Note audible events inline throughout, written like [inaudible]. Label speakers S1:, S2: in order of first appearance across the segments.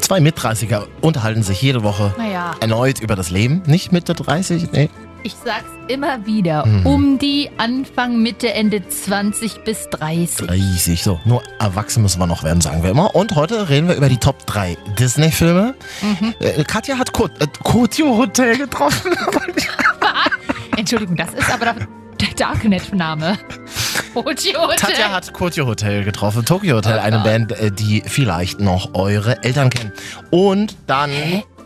S1: Zwei Mit-30er unterhalten sich jede Woche
S2: Naja,
S1: erneut über das Leben. Nicht Mitte 30, nee.
S2: ich sag's immer wieder.
S1: Hm.
S2: Um die Anfang, Mitte, Ende 20 bis 30.
S1: 30. So, nur erwachsen müssen wir noch werden, sagen wir immer. Und heute reden wir über die Top 3 Disney-Filme. Äh, Katja hat Kot äh, Kotio Hotel getroffen.
S2: Entschuldigung, das ist aber der- der
S1: [laughs]
S2: Darknet-Name. Oh, Hotel.
S1: [laughs] Katja hat Kotio Hotel getroffen. Tokyo Hotel, eine Band, äh, die vielleicht noch eure Eltern kennen. Und dann.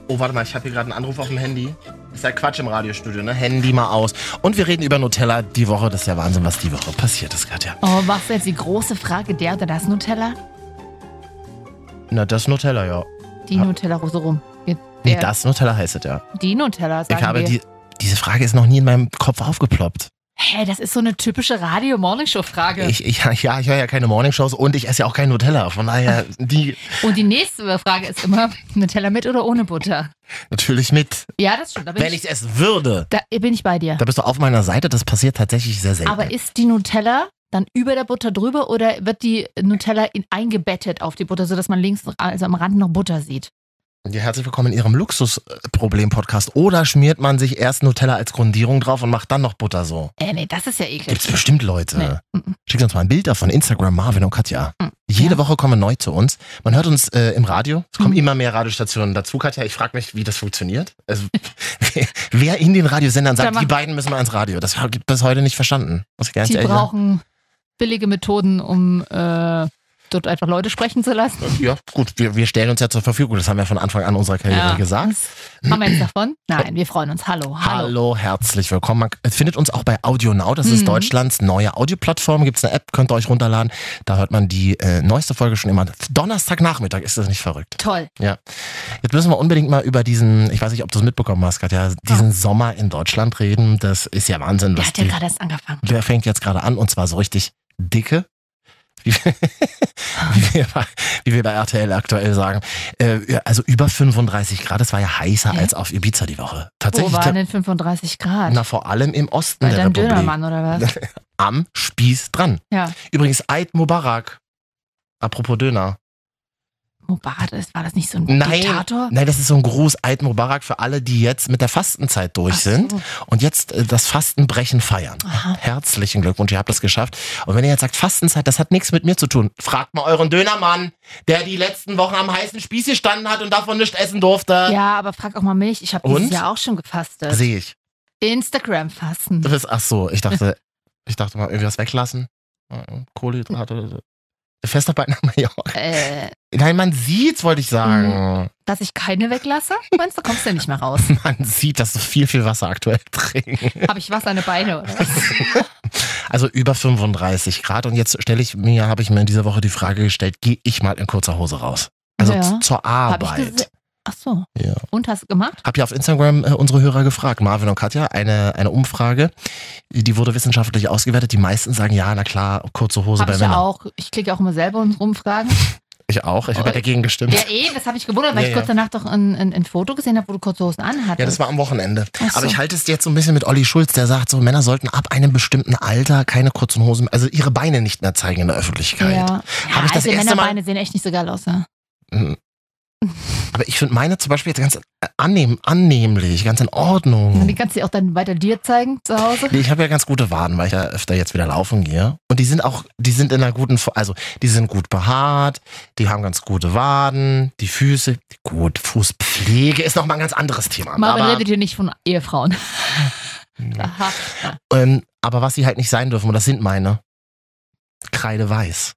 S1: Oh, warte mal, ich habe hier gerade einen Anruf auf dem Handy. Ist ja Quatsch im Radiostudio, ne? Handy mal aus. Und wir reden über Nutella die Woche. Das ist ja Wahnsinn, was die Woche passiert ist, Katja.
S2: Oh, was jetzt die große Frage, der oder das Nutella?
S1: Na, das Nutella, ja.
S2: Die
S1: Ja.
S2: Nutella Rose rum. Der,
S1: Nee, das Nutella heißt es ja.
S2: Die Nutella, sagen
S1: Ich habe
S2: wir.
S1: die, diese Frage ist noch nie in meinem Kopf aufgeploppt.
S2: Hä, das ist so eine typische Radio-Morningshow-Frage.
S1: Ich, ich, ja, ich höre ja keine Morningshows und ich esse ja auch kein Nutella.
S2: [laughs]
S1: Von daher, die
S2: Und die nächste Frage ist immer, [laughs] Nutella mit oder ohne Butter?
S1: natürlich mit.
S2: Ja, das stimmt. Da bin,
S1: Wenn
S2: ich,
S1: ich es würde,
S2: da bin ich bei dir.
S1: da bist du auf meiner Seite. Das passiert tatsächlich sehr selten.
S2: Aber ist die Nutella dann über der Butter drüber oder wird die Nutella in, eingebettet auf die Butter, sodass man links, also am Rand noch Butter sieht?
S1: Ja, herzlich willkommen in Ihrem Luxusproblem-Podcast. Oder schmiert man sich erst Nutella als Grundierung drauf und macht dann noch Butter so?
S2: Äh, nee, das ist ja eklig.
S1: Gibt's bestimmt Leute.
S2: Nee. mhm.
S1: Schickt uns mal ein Bild davon. Instagram, Marvin und Katja.
S2: Mhm.
S1: Jede
S2: Ja.
S1: Woche kommen neu zu uns. Man hört uns äh, im Radio. Es kommen
S2: Mhm.
S1: immer mehr Radiostationen dazu, Katja. Ich frage mich, wie das funktioniert. Also, [laughs] wer in den Radiosendern
S2: Oder
S1: sagt,
S2: mach-
S1: die beiden müssen mal ins Radio. Das habe ich bis heute nicht verstanden. Muss ich ganz
S2: Die
S1: ehrlich ne? sagen.
S2: brauchen billige Methoden, um äh, dort einfach Leute sprechen zu lassen.
S1: Ja, gut, wir, wir stellen uns ja zur Verfügung. Das haben wir von Anfang an unserer Karriere gesagt.
S2: Das Haben wir jetzt davon? Nein, wir freuen uns. Hallo,
S1: Hallo.
S2: hallo.
S1: herzlich willkommen. Man findet uns auch bei AudioNow, das
S2: Mhm.
S1: ist Deutschlands neue Audioplattform. Gibt es eine App, könnt ihr euch runterladen. Da hört man die äh, neueste Folge schon immer. Donnerstagnachmittag, ist das nicht verrückt?
S2: Toll.
S1: Jetzt müssen wir unbedingt mal über diesen, ich weiß nicht, ob du es mitbekommen hast, Katja, diesen Sommer in Deutschland reden. Das ist ja Wahnsinn.
S2: Der
S1: Was
S2: hat ja
S1: die,
S2: gerade erst angefangen.
S1: der fängt jetzt gerade an und zwar so richtig dicke. [laughs] Wie, wie, wir, bei, wie wir bei RTL aktuell sagen. Äh, also über 35 Grad, es war ja heißer
S2: Hä?
S1: als auf Ibiza die Woche.
S2: Wo
S1: Tatsächlich. ich
S2: waren
S1: glaub-
S2: denn 35 Grad?
S1: na, vor allem im Osten
S2: Bei
S1: der
S2: deinem
S1: Republik.
S2: Dönermann oder was?
S1: Am Spieß dran.
S2: Ja.
S1: Übrigens, Eid Mubarak. Apropos Döner.
S2: Mubarak, ist- war das nicht so ein
S1: Nein.
S2: Diktator?
S1: Nein, das ist so ein Gruß Eid Mubarak für alle, die jetzt mit der Fastenzeit durch sind
S2: so.
S1: und jetzt äh, das Fastenbrechen feiern.
S2: Aha.
S1: Herzlichen Glückwunsch, ihr habt das geschafft. Und wenn ihr jetzt sagt, Fastenzeit, das hat nichts mit mir zu tun, fragt mal euren Dönermann, der die letzten Wochen am heißen Spieß gestanden hat und davon nicht essen durfte.
S2: Ja, aber frag auch mal mich. Ich habe dieses
S1: Und?
S2: Jahr auch schon gefastet.
S1: Sehe ich.
S2: Instagram-Fasten.
S1: [laughs] Das ist, ach so,
S2: [laughs]
S1: ich dachte, ich dachte mal, irgendwas weglassen. Äh, Kohlenhydrate. Festarbeit nach Mallorca.
S2: Äh,
S1: Nein, man sieht's, wollte ich sagen.
S2: dass ich keine weglasse? Meinst du, kommst du ja nicht mehr
S1: [laughs]
S2: raus?
S1: Man sieht, dass du viel, viel Wasser aktuell [laughs] trinkst.
S2: Habe ich was an den Beine oder was?
S1: Also über 35 Grad. Und jetzt stelle ich mir, habe ich mir in dieser Woche die Frage gestellt, gehe ich mal in kurzer Hose raus? Also
S2: Ja.
S1: z- zur
S2: Hab ich
S1: Arbeit.
S2: gese- Ach so.
S1: Ja.
S2: Und hast du gemacht?
S1: Hab ja auf Instagram äh, unsere Hörer gefragt, Marvin und Katja, eine, eine Umfrage, die wurde wissenschaftlich ausgewertet. Die meisten sagen, ja, na klar, kurze Hose
S2: Habe
S1: bei
S2: ich ja
S1: Männern.
S2: auch. Ich klicke auch immer selber und
S1: [laughs]
S2: rumfragen.
S1: Ich auch, ich habe
S2: Oh.
S1: dagegen gestimmt.
S2: Ja, eh, das habe ich gewundert, weil
S1: Ja,
S2: ich kurz
S1: ja.
S2: danach doch ein, ein, ein Foto gesehen habe, wo du kurze Hosen anhattest.
S1: Ja, das war am Wochenende.
S2: Ach so.
S1: Aber ich halte es jetzt so ein bisschen mit Olli Schulz, der sagt so, Männer sollten ab einem bestimmten Alter keine kurzen Hosen, also ihre Beine nicht mehr zeigen in der Öffentlichkeit.
S2: Ja. Habe
S1: Hab ich das
S2: also
S1: erste Mal-
S2: Männerbeine sehen echt nicht so geil aus. Ne?
S1: Aber ich finde meine zum Beispiel jetzt ganz äh, annehm, annehmlich, ganz in Ordnung.
S2: Und die kannst du auch dann weiter dir zeigen zu Hause.
S1: Nee, Ich habe ja ganz gute Waden, weil ich ja öfter jetzt wieder laufen gehe. Und die sind auch, die sind in einer guten, Fo- also die sind gut behaart, die haben ganz gute Waden, die Füße, gut, Fußpflege ist nochmal ein ganz anderes Thema.
S2: Marvin
S1: aber,
S2: redet hier nicht von Ehefrauen.
S1: [laughs] Ja.
S2: Aha.
S1: ähm, aber was sie halt nicht sein dürfen, und das sind meine, kreideweiß.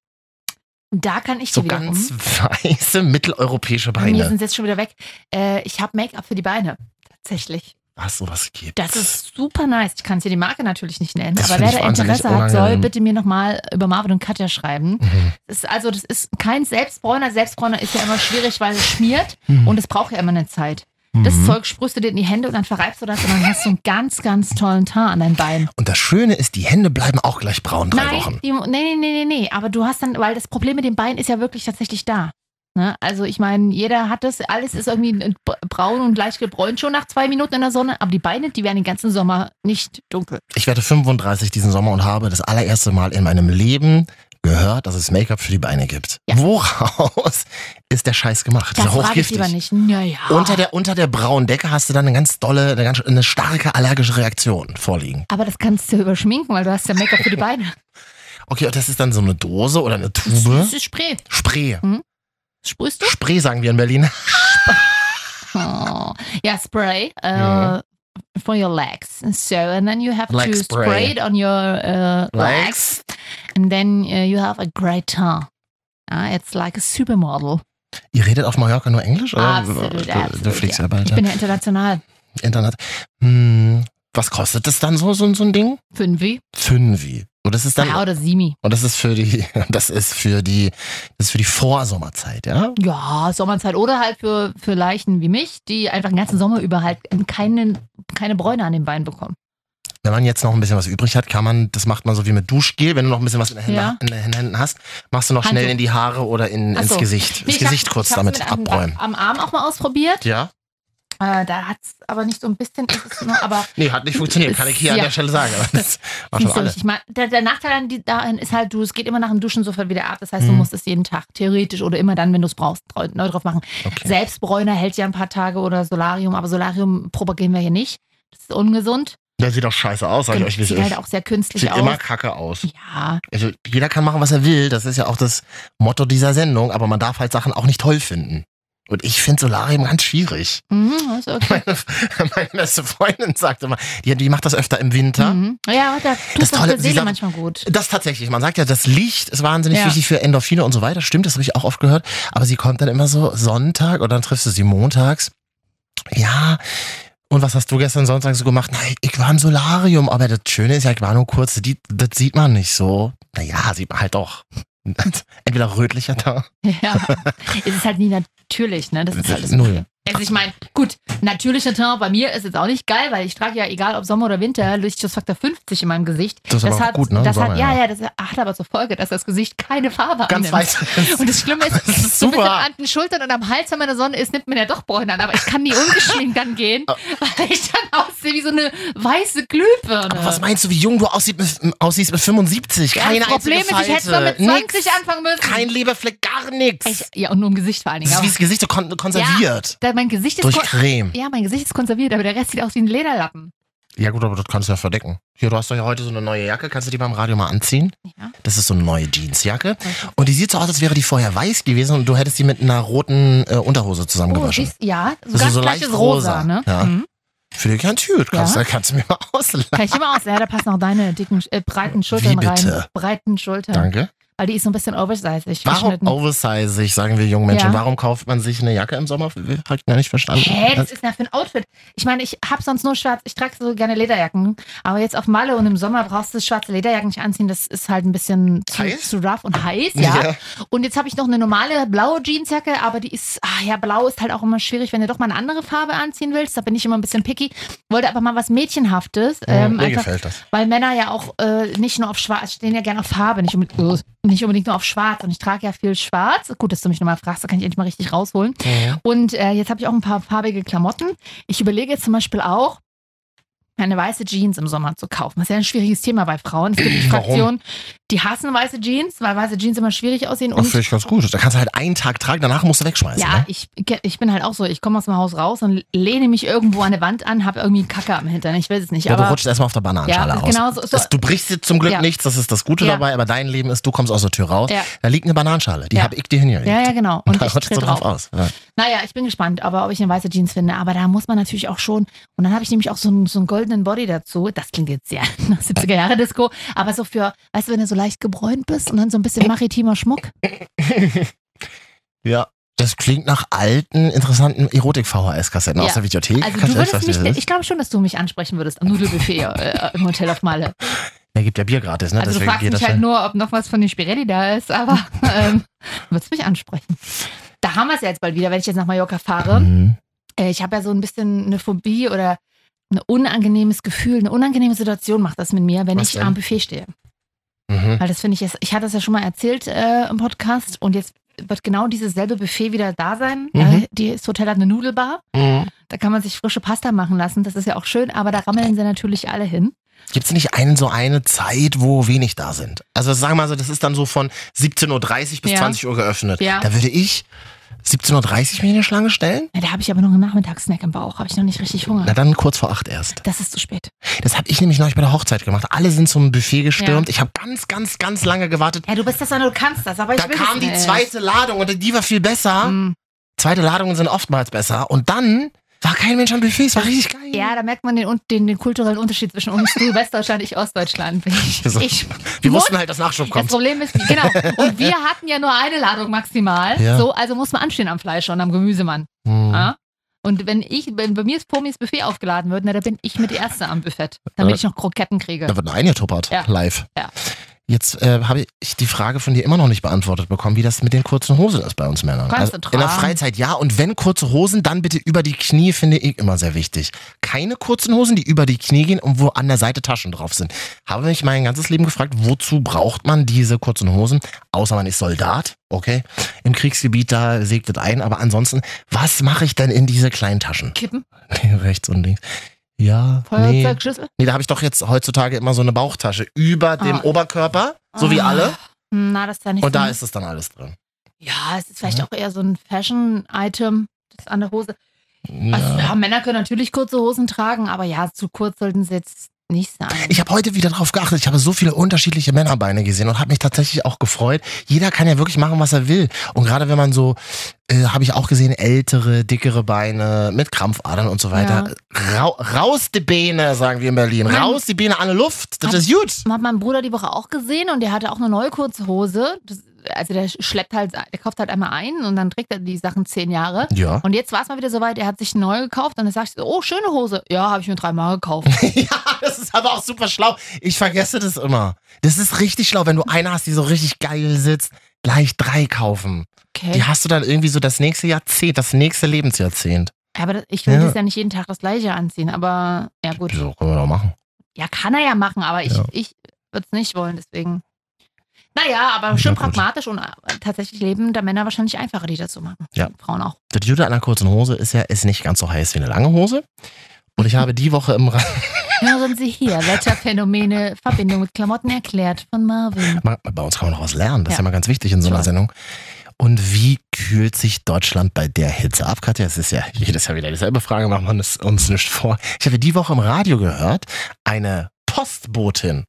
S2: Und da kann ich
S1: So
S2: dir wiederum.
S1: ganz weiße mitteleuropäische
S2: Bei mir
S1: Beine.
S2: sind sie jetzt schon wieder weg. Äh, ich habe Make-up für die Beine. Tatsächlich.
S1: Was sowas gibt.
S2: Das ist super nice. Ich kann jetzt hier die Marke natürlich nicht nennen,
S1: Das
S2: aber
S1: find
S2: wer
S1: ich
S2: da
S1: wahnsinnig
S2: Interesse hat, soll
S1: unangenehm.
S2: bitte mir nochmal über Marvin und Katja schreiben.
S1: Mhm.
S2: Das ist, also, das ist kein Selbstbräuner. Selbstbräuner ist ja immer schwierig, weil es schmiert
S1: Mhm.
S2: und es braucht ja immer eine Zeit. Das
S1: Mhm.
S2: Zeug sprühst du dir in die Hände und dann verreibst du das und dann hast du einen ganz, ganz tollen Tar an deinem Bein.
S1: Und das Schöne ist, die Hände bleiben auch gleich braun drei
S2: Nein,
S1: Wochen.
S2: die, nee, nee, nee, nee, nee. Aber du hast dann, weil das Problem mit dem Bein ist ja wirklich tatsächlich da. Ne? Also ich meine, jeder hat das, alles ist irgendwie in- braun und leicht gebräunt schon nach zwei Minuten in der Sonne, aber die Beine, die werden den ganzen Sommer nicht dunkel.
S1: Ich werde 35 diesen Sommer und habe das allererste Mal in meinem Leben gehört, dass es Make-up für die Beine gibt.
S2: Ja.
S1: Woraus ist der Scheiß gemacht?
S2: Da
S1: Ist ja
S2: frage ich
S1: hochgiftig.
S2: lieber nicht. Naja.
S1: Unter der, unter der braunen Decke hast du dann eine ganz dolle, eine ganz eine starke allergische Reaktion vorliegen.
S2: aber das kannst du ja überschminken, weil du hast ja Make-up für die Beine.
S1: Okay, und das ist dann so eine Dose oder eine
S2: Das,
S1: Tube.
S2: das ist Spray.
S1: Spray.
S2: Das sprühst du?
S1: Spray sagen wir in Berlin.
S2: Oh. Ja, Spray. Äh,
S1: Ja.
S2: For your legs. So, and then you have
S1: Leg
S2: to
S1: spray.
S2: spray it on your uh, legs. And then uh, you have a great tar. Ah, it's like a supermodel.
S1: Ihr redet auf Mallorca nur Englisch? Oder?
S2: Absolut,
S1: du, Du
S2: absolut,
S1: fliegst
S2: ja.
S1: ja bald.
S2: Ich bin ja international.
S1: Internet. Hm, was kostet das dann so, so, so ein Ding?
S2: Fünfi?
S1: Fünfi. Und das ist dann.
S2: Ja, oder Simi.
S1: Und das ist für die, [laughs] das ist für die, das ist für die Vorsommerzeit, ja?
S2: Ja, Sommerzeit. Oder halt für, für Leichen wie mich, die einfach den ganzen Sommer über halt keinen, keine Bräune an den Beinen bekommen.
S1: Wenn man jetzt noch ein bisschen was übrig hat, kann man, das macht man so wie mit Duschgel, wenn du noch ein bisschen was in den Händen,
S2: Ja.
S1: in den Händen hast, machst du noch schnell
S2: Handtuch.
S1: in die Haare oder in,
S2: Ach
S1: ins
S2: so.
S1: Gesicht.
S2: Nee, ich
S1: ins
S2: hab-
S1: Gesicht kurz
S2: ich hab's
S1: damit
S2: mit am-
S1: abräumen.
S2: Am Arm auch mal ausprobiert.
S1: Ja?
S2: Äh, da hat es aber nicht so ein bisschen, ist es nur, aber
S1: Nee, hat nicht funktioniert, kann ich hier
S2: Ja.
S1: an der Stelle sagen. aber
S2: [laughs]
S1: Das war schon
S2: nicht so
S1: alle.
S2: richtig. Mal, der, der Nachteil an die, daran ist halt, du, es geht immer nach dem Duschen sofort wieder ab. Das heißt, du
S1: Hm.
S2: musst es jeden Tag theoretisch oder immer dann, wenn du es brauchst, trau- neu drauf machen.
S1: Okay.
S2: Selbstbräuner hält ja ein paar Tage oder Solarium, aber Solarium propagieren wir hier nicht. Das ist ungesund.
S1: Der sieht doch scheiße aus, sag ich euch, wie es
S2: sieht halt
S1: ist.
S2: auch sehr künstlich
S1: Sieht
S2: aus.
S1: immer kacke aus.
S2: ja,
S1: Also jeder kann machen, was er will. Das ist ja auch das Motto dieser Sendung. Aber man darf halt Sachen auch nicht toll finden. Und ich finde Solarium ganz schwierig. [laughs]
S2: mhm, ist okay.
S1: Meine, meine beste Freundin sagt immer, die, die macht das öfter im Winter.
S2: Mhm. Ja, da tut
S1: Das
S2: das
S1: Tolle-
S2: der
S1: sie
S2: Seele
S1: sagt-
S2: manchmal gut. [laughs]
S1: Das tatsächlich. Man sagt ja, das Licht ist wahnsinnig
S2: Ja.
S1: wichtig für Endorphine und so weiter. Stimmt, das habe ich auch oft gehört. Aber sie kommt dann immer so Sonntag und dann triffst du sie montags. Ja. Und was hast du gestern Sonntag so gemacht? Nein, ich war im Solarium. Aber das Schöne ist ja, ich war nur kurz. Die, das sieht man nicht so. Naja, sieht man halt doch. [laughs] Entweder rötlicher da.
S2: Ja. es ist halt nie natürlich, ne? Das ist halt das
S1: Null.
S2: Also ich meine, gut, natürlicher Teint bei mir ist jetzt auch nicht geil, weil ich trage ja, egal ob Sommer oder Winter, Lichtschutzfaktor 50 in meinem Gesicht.
S1: Das ist aber auch
S2: hat,
S1: gut, ne? Im
S2: Das
S1: Sommer,
S2: hat, ja, ja,
S1: ja.
S2: das hat aber zur Folge, dass das Gesicht keine Farbe
S1: Ganz
S2: annimmt. [laughs]
S1: weiß.
S2: Und das Schlimme ist,
S1: [laughs] Das ist
S2: so ein bisschen
S1: super.
S2: an den Schultern und am Hals, wenn man in der Sonne ist, nimmt man ja doch Bräune an. Aber ich kann nie ungeschminkt dann
S1: [laughs]
S2: gehen,
S1: Ah.
S2: weil ich dann aussehe wie so eine weiße Glühbirne.
S1: Aber was meinst du, wie jung du aussiehst mit, aussiehst mit 75?
S2: Ja,
S1: Keine
S2: das Problem ist, ich
S1: einzige
S2: hätte noch mit
S1: Falte.
S2: 20
S1: Nix.
S2: anfangen müssen.
S1: Kein Leberfleck, gar nichts.
S2: ich, ja, und nur im Gesicht vor allen
S1: Das
S2: Dingen.
S1: ist wie
S2: Aber,
S1: das Gesicht kon konserviert.
S2: da mein Gesicht ist
S1: Durch
S2: kon-
S1: Creme.
S2: ja, mein Gesicht ist konserviert, aber der Rest sieht aus wie ein Lederlappen.
S1: Ja gut, aber das kannst du ja verdecken. Hier, du hast doch ja heute so eine neue Jacke. Kannst du die beim Radio mal anziehen?
S2: Ja.
S1: Das ist so eine neue Jeansjacke. Und die sieht so aus, als wäre die vorher weiß gewesen und du hättest die mit einer roten äh, Unterhose
S2: Oh,
S1: zusammengewaschen.
S2: siehst, ja, so
S1: Das ist
S2: ganz
S1: so
S2: gleiches
S1: leicht
S2: Rosa,
S1: rosa,
S2: ne?
S1: ja.
S2: Mhm.
S1: Finde ich ganz gut. Kannst,
S2: Ja.
S1: kannst du mir mal ausleihen.
S2: Kann ich immer aus. Ja, da passen auch deine dicken, äh, breiten Schultern
S1: Wie bitte?
S2: rein. Breiten Schultern.
S1: Danke.
S2: Weil die ist so ein bisschen oversized.
S1: Warum
S2: geschnitten.
S1: oversizig, sagen wir jungen Menschen?
S2: Ja.
S1: Warum kauft man sich eine Jacke im Sommer? Hab ich gar nicht verstanden.
S2: Hä, das ist ja für ein Outfit. Ich meine, ich hab sonst nur schwarz, ich trage so gerne Lederjacken, aber jetzt auf Malle und im Sommer brauchst du schwarze Lederjacken nicht anziehen, das ist halt ein bisschen zu,
S1: Heiß?
S2: zu rough und heiß, ja. Und jetzt habe ich noch eine normale blaue Jeansjacke, aber die ist, ah ja, blau ist halt auch immer schwierig, wenn du doch mal eine andere Farbe anziehen willst, da bin ich immer ein bisschen picky. Wollte aber mal was Mädchenhaftes, ähm,
S1: mir
S2: einfach,
S1: gefällt das.
S2: weil Männer ja auch äh, nicht nur auf schwarz, stehen ja gerne auf Farbe, nicht unbedingt, nicht unbedingt nur auf schwarz und ich trage ja viel schwarz. Gut, dass du mich nochmal fragst, da kann ich endlich mal richtig rausholen. Und äh, jetzt habe ich auch ein paar farbige Klamotten. Ich überlege jetzt zum Beispiel auch, eine weiße Jeans im Sommer zu kaufen. Das ist ja ein schwieriges Thema bei Frauen. Es
S1: [clears throat]
S2: gibt die
S1: Warum?
S2: Fraktion, die hassen weiße Jeans, weil weiße Jeans immer schwierig aussehen.
S1: Das
S2: Und
S1: finde ich ganz gut. Da kannst du halt einen Tag tragen, danach musst du wegschmeißen.
S2: ja,
S1: ne?
S2: ich, ich bin halt auch so, ich komme aus dem Haus raus und lehne mich irgendwo an eine Wand an, habe irgendwie einen Kacke am Hintern. Ich weiß es nicht.
S1: ja du
S2: aber
S1: rutschst erstmal auf der Bananenschale
S2: Ja,
S1: aus.
S2: genau so- so-
S1: Das, du brichst jetzt zum Glück
S2: Ja.
S1: nichts, das ist das Gute
S2: Ja.
S1: dabei, aber dein Leben ist, du kommst aus der Tür raus.
S2: Ja.
S1: Da liegt eine Bananenschale, die
S2: Ja.
S1: habe ich dir hingelegt.
S2: ja, ja, genau. Und
S1: [laughs] da
S2: ich
S1: rutschst
S2: tritt
S1: du drauf,
S2: drauf.
S1: aus. Ja.
S2: Naja, ich bin gespannt, aber ob ich eine weiße Jeans finde. Aber da muss man natürlich auch schon. Und dann habe ich nämlich auch so einen, so einen goldenen Body dazu. Das klingt jetzt sehr [laughs] nach 70er Jahre Disco. Aber so für, weißt du, wenn du so leicht gebräunt bist und dann so ein bisschen maritimer Schmuck.
S1: ja. Das klingt nach alten, interessanten Erotik-VHS-Kassetten aus
S2: Ja.
S1: der Videothek.
S2: Also
S1: Kannst
S2: du würdest
S1: echt was
S2: mich,
S1: dieses-
S2: ich glaube schon, dass du mich ansprechen würdest am Nudelbuffet
S1: [laughs]
S2: äh, im Hotel auf Malle.
S1: Der gibt ja Bier gratis, ne?
S2: Also du
S1: Deswegen
S2: fragst
S1: geht das
S2: mich halt
S1: ja.
S2: nur, ob noch was von den Spirelli da ist, aber
S1: [laughs]
S2: ähm, du würdest mich ansprechen. Da haben wir es ja jetzt bald wieder, wenn ich jetzt nach Mallorca fahre.
S1: Mhm.
S2: Äh, ich habe ja so ein bisschen eine Phobie oder ein unangenehmes Gefühl, eine unangenehme Situation macht das mit mir, wenn
S1: Was
S2: ich
S1: denn?
S2: am Buffet stehe.
S1: Mhm.
S2: Weil das finde ich jetzt, ich hatte es ja schon mal erzählt äh, im Podcast und jetzt wird genau dieses selbe Buffet wieder da sein.
S1: Mhm.
S2: Äh, die, das Hotel hat eine Nudelbar,
S1: Mhm.
S2: da kann man sich frische Pasta machen lassen, das ist ja auch schön, aber da rammeln sie natürlich alle hin.
S1: Gibt es nicht einen, so eine Zeit, wo wenig da sind? Also sagen wir mal so, das ist dann so von 17.30 Uhr bis
S2: Ja.
S1: 20 Uhr geöffnet.
S2: Ja.
S1: Da würde ich 17.30 Uhr mich in die Schlange stellen?
S2: Ja, da habe ich aber noch einen Nachmittagssnack im Bauch, habe ich noch nicht richtig Hunger.
S1: Na dann kurz vor acht erst.
S2: Das ist zu spät.
S1: Das habe ich nämlich neulich bei der Hochzeit gemacht. Alle sind zum Buffet gestürmt. Ich habe ganz, ganz, ganz lange gewartet.
S2: Ja, du bist das und du kannst das, aber ich
S1: Da
S2: will
S1: kam
S2: das
S1: die
S2: nicht.
S1: zweite Ladung und die war viel besser.
S2: Mm.
S1: Zweite Ladungen sind oftmals besser. Und dann war kein Mensch am Buffet. Es war richtig geil.
S2: Ja, da merkt man den, un- den, den kulturellen Unterschied zwischen uns, du Westdeutschland, ich
S1: [laughs]
S2: Ostdeutschland. Ich,
S1: Also,
S2: ich,
S1: Wir
S2: Mut-
S1: wussten halt, dass Nachschub
S2: das
S1: kommt.
S2: Problem ist, genau. Und wir hatten ja nur eine Ladung maximal.
S1: Ja.
S2: So, also muss man anstehen am Fleisch und am Gemüsemann.
S1: Hm.
S2: Ja? Und wenn ich, wenn bei mir das Promis Buffet aufgeladen wird, na, da bin ich mit die Erste am Buffet, damit ich noch Kroketten kriege.
S1: Äh, Da wird nur eingetuppert,
S2: Ja.
S1: live.
S2: Ja.
S1: Jetzt äh, habe ich die Frage von dir immer noch nicht beantwortet bekommen, wie das mit den kurzen Hosen ist bei uns Männern.
S2: Kannst
S1: Also,
S2: du
S1: in der
S2: tragen.
S1: Freizeit ja und wenn kurze Hosen, dann bitte über die Knie, finde ich immer sehr wichtig. Keine kurzen Hosen, die über die Knie gehen und wo an der Seite Taschen drauf sind. Habe mich mein ganzes Leben gefragt, wozu braucht man diese kurzen Hosen? Außer man ist Soldat, okay? Im Kriegsgebiet da segnet ein, aber ansonsten, was mache ich denn in diese kleinen Taschen? [laughs]
S2: Kippen,
S1: Rechts und links. Ja, nee.
S2: Feuerzeug, Schüssel.
S1: Nee, da habe ich doch jetzt heutzutage immer so eine Bauchtasche über dem
S2: Ah.
S1: Oberkörper, so wie
S2: Ah.
S1: alle.
S2: Na, das ist ja nicht
S1: Und
S2: so
S1: da ist es dann alles drin.
S2: Ja, es ist vielleicht auch eher so ein Fashion-Item, das an der Hose. Also,
S1: Ja.
S2: ja, Männer können natürlich kurze Hosen tragen, aber ja, zu kurz sollten sie jetzt nicht sein.
S1: Ich habe heute wieder drauf geachtet. Ich habe so viele unterschiedliche Männerbeine gesehen und habe mich tatsächlich auch gefreut. Jeder kann ja wirklich machen, was er will. Und gerade wenn man so, äh, habe ich auch gesehen, ältere, dickere Beine mit Krampfadern und so weiter. Rau, raus die Beine, sagen wir in Berlin.
S2: Mann.
S1: Raus die Beine an die Luft. Das
S2: Hab-
S1: ist gut.
S2: hat mein Bruder die Woche auch gesehen und der hatte auch eine neue kurze Hose. Das, also der schleppt halt, der kauft halt einmal ein und dann trägt er die Sachen zehn Jahre.
S1: Ja.
S2: Und jetzt war es mal wieder soweit, er hat sich eine neue gekauft und dann sagt er, oh, schöne Hose. Ja, habe ich mir dreimal
S1: [laughs]
S2: gekauft.
S1: Ja, das ist aber auch super schlau. Ich vergesse das immer. Das ist richtig schlau, wenn du eine hast, die so richtig geil sitzt, gleich drei kaufen.
S2: Okay.
S1: Die hast du dann irgendwie so das nächste Jahrzehnt, das nächste Lebensjahrzehnt.
S2: Aber das, ich will
S1: Ja.
S2: jetzt ja nicht jeden Tag das gleiche anziehen, aber ja gut.
S1: So können wir doch machen.
S2: Ja, kann er ja machen, aber ich,
S1: Ja.
S2: ich würde es nicht wollen, deswegen. Naja, aber schön
S1: Na gut.
S2: pragmatisch und äh, tatsächlich leben da Männer wahrscheinlich einfacher, die das so machen.
S1: Ja.
S2: Frauen auch.
S1: Das Jude an einer kurzen Hose ist ja ist nicht ganz so heiß wie eine lange Hose. Und ich habe die Woche im Ra-
S2: Hören Sie hier, Wetterphänomene, Verbindung mit Klamotten erklärt von Marvin.
S1: Man- Bei uns kann man noch was lernen. Das ist
S2: Ja.
S1: ja mal ganz wichtig in so einer
S2: Toll.
S1: Sendung. Und wie kühlt sich Deutschland bei der Hitze ab, Katja? Es ist ja jedes Jahr wieder dieselbe Frage, machen wir uns- uns nicht vor. Ich habe die Woche im Radio gehört, eine Postbotin,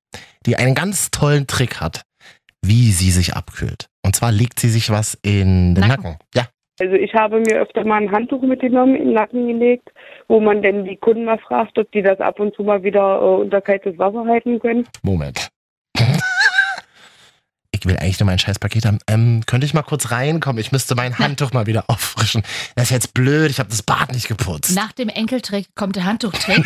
S1: die einen ganz tollen Trick hat, wie sie sich abkühlt. Und zwar legt sie sich was in den Nacken.
S2: Nacken.
S1: Ja,
S3: Also ich habe mir öfter mal ein Handtuch mitgenommen, in den Nacken gelegt, wo man dann die Kunden mal fragt, ob die das ab und zu mal wieder äh, unter kaltes Wasser halten können.
S1: Moment. [laughs] Ich will eigentlich nur mein Scheißpaket haben. Ähm, könnte ich mal kurz reinkommen? Ich müsste mein Handtuch mal wieder auffrischen. Das ist jetzt blöd. Ich habe das Bad nicht geputzt.
S2: Nach dem Enkeltrick kommt der
S1: [laughs]
S2: Handtuchtrick.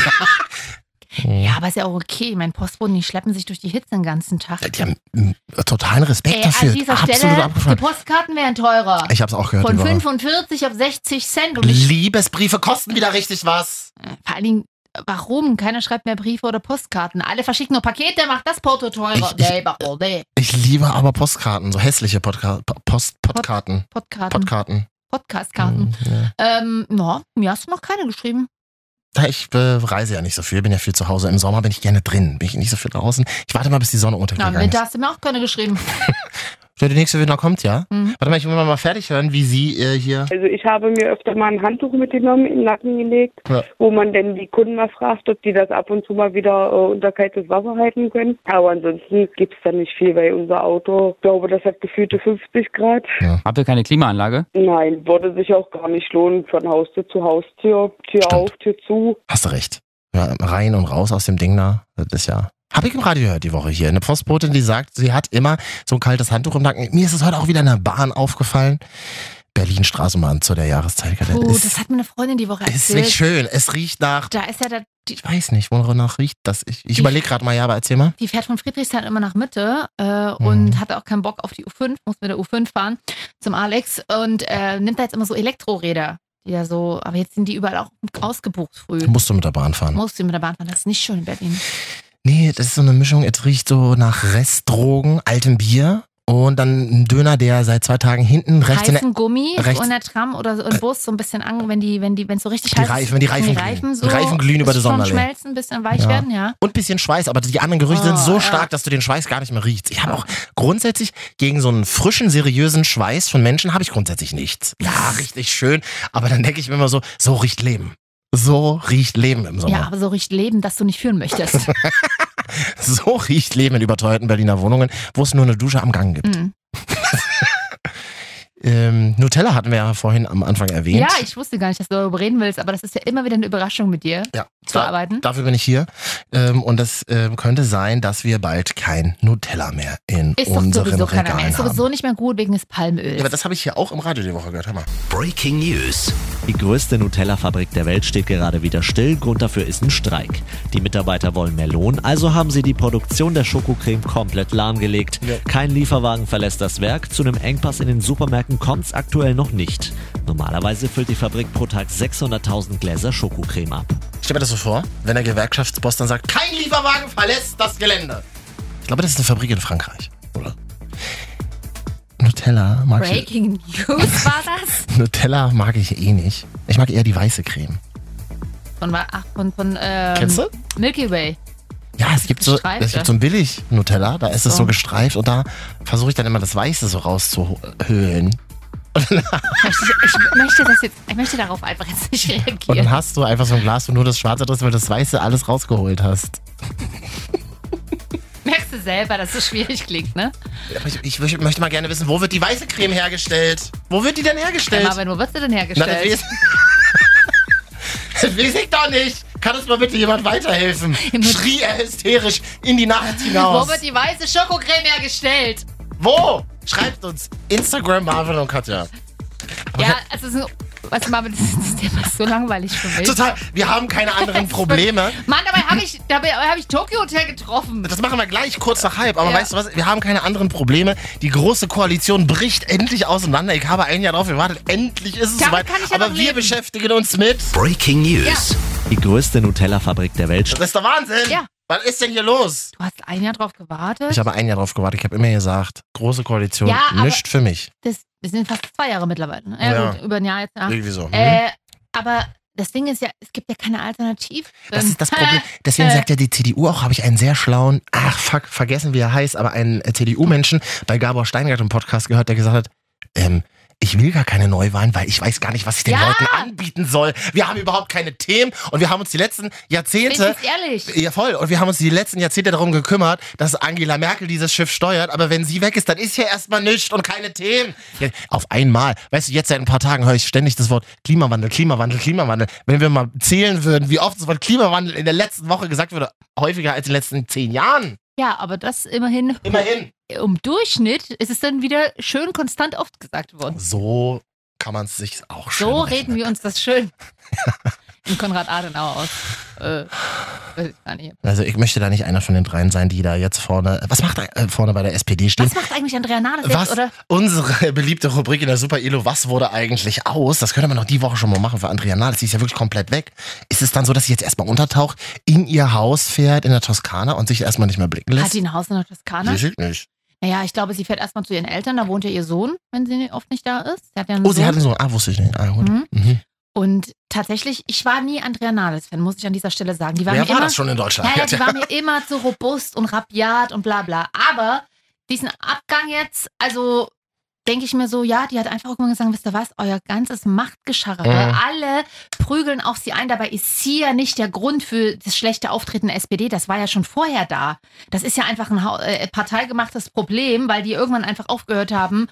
S2: ja, aber ist ja auch okay. Mein Postboten, die schleppen sich durch die Hitze den ganzen Tag.
S1: Die haben mm, totalen Respekt
S2: Ey,
S1: dafür.
S2: an dieser
S1: Absolut
S2: Stelle, die
S1: abgefahren.
S2: Postkarten wären teurer.
S1: Ich habe es auch gehört.
S2: Von
S1: die Woche.
S2: 45 auf 60 Cent. Und ich,
S1: Liebesbriefe kosten wieder richtig was.
S2: vor allen Dingen, warum? Keiner schreibt mehr Briefe oder Postkarten. Alle verschicken nur Pakete, macht das Porto teurer.
S1: Ich- ich-
S2: nee, warum? nee.
S1: Ich liebe aber Postkarten, so hässliche Podka Po- Post Podkarten.
S2: Podkarten.
S1: Podkarten.
S2: Podcastkarten.
S1: Mm, ja.
S2: Ähm, no, mir hast du noch keine geschrieben.
S1: Ja, Ich äh, reise ja nicht so viel, bin ja viel zu Hause. Im Sommer bin ich gerne drin, bin ich nicht so viel draußen. Ich warte mal, bis die Sonne
S2: Na, im
S1: untergegangen ist.
S2: Winter hast du mir auch keine geschrieben.
S1: Der nächste Winter kommt, ja?
S2: Mhm.
S1: Warte mal, ich will mal fertig hören, wie sie äh, hier.
S3: Also ich habe mir öfter mal ein Handtuch mitgenommen, in den Nacken gelegt,
S1: Ja.
S3: wo man dann die Kunden mal fragt, ob die das ab und zu mal wieder äh, unter kaltes Wasser halten können. Aber ansonsten gibt es da nicht viel, weil unser Auto, ich glaube, das hat gefühlte 50 Grad.
S4: Habt ihr keine Klimaanlage?
S3: Nein, würde sich auch gar nicht lohnen, von Haustür zu Haustür, Tür
S1: Stimmt.
S3: auf, Tür zu.
S1: Hast du recht. Ja, rein und raus aus dem Ding da. Das ist ja. Hab ich im Radio gehört die Woche hier. Eine Postbotin, die sagt, sie hat immer so ein kaltes Handtuch im Nacken. Mir ist es heute auch wieder in der Bahn aufgefallen. Berlin-Straßenbahn zu der Jahreszeit. Kadett.
S2: Oh,
S1: ist,
S2: das hat mir eine Freundin die Woche
S1: ist
S2: erzählt.
S1: nicht schön. Es riecht nach.
S2: Da ist ja der, die,
S1: Ich weiß nicht, wonach riecht das. Ich, ich
S2: Die-
S1: überlege gerade mal, ja, aber erzähl mal.
S2: die fährt von Friedrichshain immer nach Mitte äh,
S1: Mhm.
S2: und hatte auch keinen Bock auf die U5, muss mit der U5 fahren zum Alex und äh, nimmt da jetzt immer so Elektroräder. Die ja so, aber jetzt sind die überall auch ausgebucht früh.
S1: Musst du mit der Bahn fahren.
S2: Musst du mit der Bahn fahren, das ist nicht schön in Berlin.
S1: Nee, das ist so eine Mischung. Es riecht so nach Restdrogen, altem Bier und dann ein Döner, der seit zwei Tagen hinten rechts in der,
S2: heißen Gummi
S1: rechts- Äh,
S2: so in der Tram oder so im Bus so ein bisschen an, wenn die, wenn die, wenn es so richtig
S1: Die
S2: heiß
S1: Reifen, wenn die Reifen
S2: die
S1: glühen.
S2: Reifen, so
S1: Die Reifen glühen über die
S2: schon
S1: Sommerlee.
S2: schmelzen, ein bisschen weich
S1: Ja.
S2: werden, ja.
S1: und ein bisschen Schweiß, aber die anderen Gerüche
S2: Oh,
S1: sind so
S2: ja.
S1: stark, dass du den Schweiß gar nicht mehr riechst. Ich habe auch grundsätzlich gegen so einen frischen, seriösen Schweiß von Menschen habe ich grundsätzlich nichts. Ja, richtig schön, aber dann denke ich mir immer so, so riecht Leben. So riecht Leben im
S2: Ja,
S1: Sommer.
S2: aber so richtig Leben, das du nicht führen
S1: [laughs]
S2: möchtest.
S1: So riecht Leben in überteuerten Berliner Wohnungen, wo es nur eine Dusche am Gang gibt.
S2: Mhm.
S1: Ähm, Nutella hatten wir ja vorhin am Anfang erwähnt.
S2: Ja, ich wusste gar nicht, dass du darüber reden willst, aber das ist ja immer wieder eine Überraschung mit dir
S1: ja.
S2: zu arbeiten.
S1: Dafür bin ich hier. Ähm, und es ähm, könnte sein, dass wir bald kein Nutella mehr in
S2: Ist doch
S1: unseren
S2: sowieso keiner mehr.
S1: Regalen
S2: Ist
S1: haben.
S2: sowieso nicht mehr gut wegen des Palmöls.
S1: Ja, aber das habe ich hier auch im Radio die Woche gehört. Hör mal.
S4: Breaking News. Die größte Nutella-Fabrik der Welt steht gerade wieder still. Grund dafür ist ein Streik. Die Mitarbeiter wollen mehr Lohn, also haben sie die Produktion der Schokocreme komplett lahmgelegt. Kein Lieferwagen verlässt das Werk. Zu einem Engpass in den Supermärkten kommt es aktuell noch nicht. Normalerweise füllt die Fabrik pro Tag 600.000 Gläser Schokocreme ab.
S1: Ich stelle mir das so vor, wenn der Gewerkschaftsboss dann sagt, kein Lieferwagen verlässt das Gelände. Ich glaube, das ist eine Fabrik in Frankreich, oder? Nutella mag, ich,
S2: Breaking [laughs] News war das?
S1: Nutella mag ich eh nicht. Ich mag eher die weiße Creme.
S2: Von, ach, von, von ähm,
S1: Kennst du?
S2: Milky Way.
S1: Ja, es gibt, so,
S2: Gestreifte.
S1: es gibt so ein billig Nutella, da ist es
S2: So.
S1: so gestreift und da versuche ich dann immer das Weiße so rauszuhöhlen.
S2: Möchte Ich, ich, möchte das jetzt, ich möchte darauf einfach jetzt nicht
S1: Und dann
S2: reagieren.
S1: hast du einfach so ein Glas, wo nur das Schwarze drin ist, weil das Weiße alles rausgeholt hast.
S2: Merkst du selber, dass es schwierig klingt, ne?
S1: Aber ich, ich möchte- möchte mal gerne wissen, wo wird die weiße Creme hergestellt? Wo wird die denn hergestellt?
S2: Ja, Marvin, wo wirst du denn
S1: Na, das
S2: hergestellt?
S1: weiß, [laughs] das weiß ich doch nicht. Kann uns mal bitte jemand weiterhelfen? Schrie er hysterisch in die Nacht hinaus.
S2: Wo wird die weiße Schokocreme hergestellt?
S1: Wo? Schreibt uns. Instagram Marvin und Katja. Aber
S2: Ja, also so, weißt du, Marvin, das, das Thema ist so langweilig für mich.
S1: Total. Wir haben keine
S2: [laughs]
S1: anderen Probleme.
S2: Mann, dabei habe ich, dabei habe ich Tokyo Hotel getroffen.
S1: Das machen wir gleich kurz nach halb. Aber
S2: Ja.
S1: weißt du was? Wir haben keine anderen Probleme. Die große Koalition bricht endlich auseinander. Ich habe ein Jahr drauf gewartet. Endlich ist es
S2: Damit
S1: soweit.
S2: kann ich ja
S1: Aber
S2: noch
S1: wir
S2: leben.
S1: beschäftigen uns mit.
S4: Breaking News. Die größte Nutella-Fabrik der Welt
S1: Das ist der Wahnsinn.
S2: Ja.
S1: Was ist denn hier los?
S2: Du hast ein Jahr drauf gewartet.
S1: Ich habe ein Jahr drauf gewartet. Ich habe immer gesagt, große Koalition,
S2: Ja, aber-
S1: nicht für mich.
S2: das, das sind fast zwei Jahre mittlerweile. Ne? Ja,
S1: Ja.
S2: Gut, über ein Jahr jetzt. Ja.
S1: Irgendwie so. Hm?
S2: Äh, aber das Ding ist ja, es gibt ja keine Alternative.
S1: das ist
S2: [laughs]
S1: das Problem. Deswegen
S2: Äh.
S1: sagt ja die CDU auch, habe ich einen sehr schlauen, ach fuck, vergessen wie er heißt, aber einen äh, CDU-Menschen bei Gabor Steingart im Podcast gehört, der gesagt hat, ähm, ich will gar keine Neuwahlen, weil ich weiß gar nicht, was ich den
S2: Ja.
S1: Leuten anbieten soll. Wir haben überhaupt keine Themen und wir haben uns die letzten Jahrzehnte
S2: Wenigstens ehrlich.
S1: Ja, voll. Und wir haben uns die letzten Jahrzehnte darum gekümmert, dass Angela Merkel dieses Schiff steuert. Aber wenn sie weg ist, dann ist hier erstmal nichts und keine Themen. Ja, auf einmal. Weißt du, jetzt seit ein paar Tagen höre ich ständig das Wort Klimawandel, Klimawandel, Klimawandel. Wenn wir mal zählen würden, wie oft das Wort Klimawandel in der letzten Woche gesagt wurde, häufiger als in den letzten zehn Jahren.
S2: Ja, aber das immerhin
S1: Immerhin.
S2: um Durchschnitt ist es dann wieder schön konstant oft gesagt worden.
S1: So kann man es sich auch schön
S2: So
S1: rechnen.
S2: reden wir uns das
S1: [laughs]
S2: schön im Konrad-Adenauer aus. Äh, weiß ich gar nicht.
S1: Also ich möchte da nicht einer von den dreien sein, die da jetzt vorne, was macht da äh, vorne bei der SPD stehen?
S2: Was macht eigentlich Andrea Nahles
S1: Was?
S2: jetzt? Oder?
S1: Unsere [laughs] beliebte Rubrik in der Super Elo, was wurde eigentlich aus? Das könnte man doch die Woche schon mal machen für Andrea Nahles. Die ist ja wirklich komplett weg. Ist es dann so, dass sie jetzt erstmal untertaucht, in ihr Haus fährt, in der Toskana und sich erstmal nicht mehr blicken
S2: Hat
S1: lässt?
S2: die Mhm. ein Haus in der Toskana?
S1: Weiß ich nicht.
S2: Naja, ich glaube, sie fährt erstmal zu ihren Eltern, da wohnt ja ihr Sohn, wenn sie oft nicht da ist. Sie hat ja einen
S1: Oh, sie
S2: Sohn.
S1: hat so. Ah, wusste ich nicht. Ah, gut.
S2: Mhm.
S1: Mhm.
S2: Und tatsächlich, ich war nie Andrea Nahles-Fan, muss ich an dieser Stelle sagen. Die war
S1: Wer
S2: mir
S1: war
S2: immer,
S1: das schon in Deutschland? [laughs]
S2: Naja, die war mir immer zu robust und rabiat und bla bla. Aber diesen Abgang jetzt, also denke ich mir so, ja, die hat einfach irgendwann gesagt, wisst ihr was, euer ganzes Machtgescharre,
S1: Mhm.
S2: alle prügeln auf sie ein, dabei ist sie ja nicht der Grund für das schlechte Auftreten der SPD, das war ja schon vorher da. Das ist ja einfach ein hau- äh, parteigemachtes Problem, weil die irgendwann einfach aufgehört haben,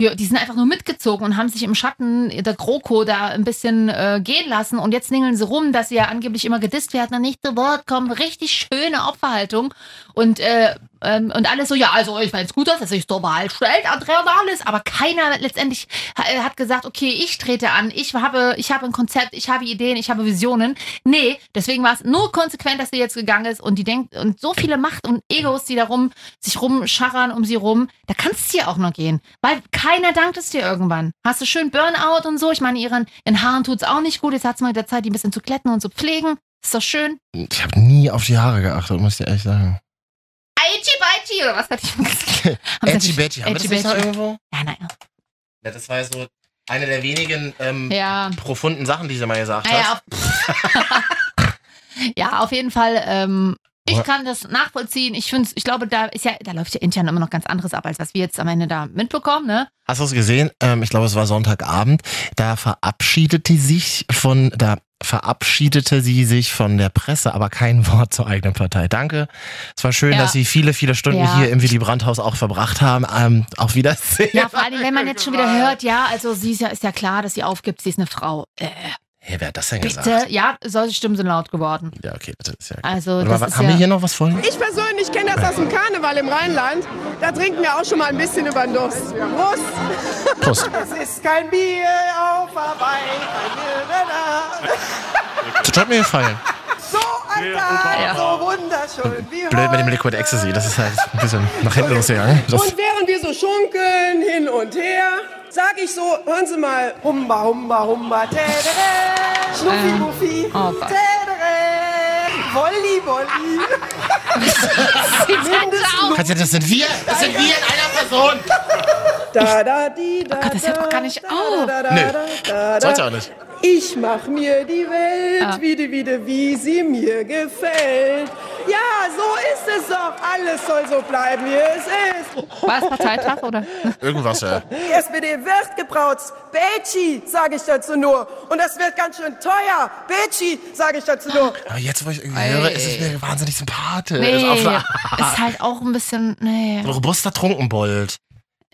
S2: Ja, die sind einfach nur mitgezogen und haben sich im Schatten der GroKo da ein bisschen äh, gehen lassen. Und jetzt ningeln sie rum, dass sie ja angeblich immer gedisst werden und nicht zu Wort kommen. Richtig schöne Opferhaltung. Und, äh, ähm, und alles so, ja, also ich meine es gut, dass er sich zur Wahl stellt, Andrea Nahles. Aber keiner letztendlich ha- äh, hat gesagt, okay, ich trete an, ich habe, ich habe ein Konzept, ich habe Ideen, ich habe Visionen. Nee, deswegen war es nur konsequent, dass sie jetzt gegangen ist und die denkt, und so viele Macht und Egos, die da rum, sich rumscharren um sie rum, da kannst du ja auch noch gehen. Weil keiner dankt es dir irgendwann. Hast du schön Burnout und so. Ich meine, ihren, ihren Haaren tut's auch nicht gut. Jetzt hat's mal der Zeit, die ein bisschen zu glätten und zu pflegen. Ist doch schön.
S1: Ich habe nie auf die Haare geachtet, muss ich dir ehrlich sagen.
S2: Aichi Baichi, oder was hatte ich gesagt? Haben sie
S1: Edgy
S2: natürlich-
S1: Betty, haben wir das
S2: Edgy
S1: nicht noch
S2: Betty.
S1: irgendwo?
S2: Ja, nein.
S1: Ja, das war ja so eine der wenigen ähm,
S2: Ja. Ah
S1: profunden Sachen, die sie mal gesagt
S2: Naja,
S1: hat.
S2: auf, [laughs] ja, auf jeden Fall. Ähm, ich
S1: Aber-
S2: kann das nachvollziehen. Ich finde, ich glaube, da ist ja, da läuft ja intern immer noch ganz anderes ab, als was wir jetzt am Ende da mitbekommen, ne?
S1: Hast du es gesehen? Ähm, ich glaube, es war Sonntagabend. Da verabschiedete sich von, da verabschiedete sie sich von der Presse, aber kein [laughs] Wort zur eigenen Partei. Danke. Es war schön,
S2: Ja.
S1: dass Sie viele, viele Stunden
S2: Ja.
S1: hier im Willy Brandt-Haus auch verbracht haben. Ähm, auf Wiedersehen.
S2: Ja, vor allem, wenn man jetzt schon wieder hört, ja, also sie ist ja, ist ja klar, dass sie aufgibt, sie ist eine Frau. Äh,
S1: Hey, wer hat das denn
S2: bitte,
S1: gesagt?
S2: ja, solche Stimmen sind laut geworden.
S1: Ja, okay, das ist ja.
S2: Also,
S1: Warte mal,
S2: das
S1: wa-
S2: ist
S1: haben
S2: ja,
S1: wir hier noch was vorhin?
S5: Ich persönlich kenne das aus dem Karneval im Rheinland. Da trinken wir auch schon mal ein bisschen über den Durst. Prost!
S1: Prost.
S5: [laughs] Es ist kein Bier auf Hawaii, kein Bier da, da.
S1: Das hat mir gefallen.
S5: So alter,
S2: Ja.
S5: so wunderschön wie
S1: Blöd mit dem
S5: heute.
S1: Liquid Ecstasy, das ist halt ein bisschen nach hinten losgegangen. Das,
S5: Und während wir so schunkeln hin und her, sag ich so, hören Sie mal, Humba, Humba, Humba, tedere, Schnuffi,
S2: Ähm,
S5: Muffi,
S2: oh Gott.
S5: tedere, Wolli, Wolli.
S2: [laughs]
S5: Mindestlohn,
S1: Katja, das sind wir. Das sind wir in einer Person.
S5: da, da, di, da,
S2: Oh Gott, das hört doch gar nicht auf.
S1: Nö. Sollte auch nicht.
S5: Ich mach mir die Welt
S2: Ah.
S5: wieder, wieder, wie sie mir gefällt. Ja, so ist es doch. Alles soll so bleiben, wie es ist.
S2: War es Parteitag,
S1: [laughs]
S2: oder?
S1: Äh, Irgendwas, ja.
S5: Die SPD wird gebrauzt. Becci, sage ich dazu nur. Und das wird ganz schön teuer. Becci, sage ich dazu nur.
S1: Aber jetzt, wo ich irgendwie höre, ist es mir wahnsinnig sympathisch.
S2: Nee,
S1: Auf eine
S2: ist halt auch ein bisschen, nee.
S1: ein robuster Trunkenbold,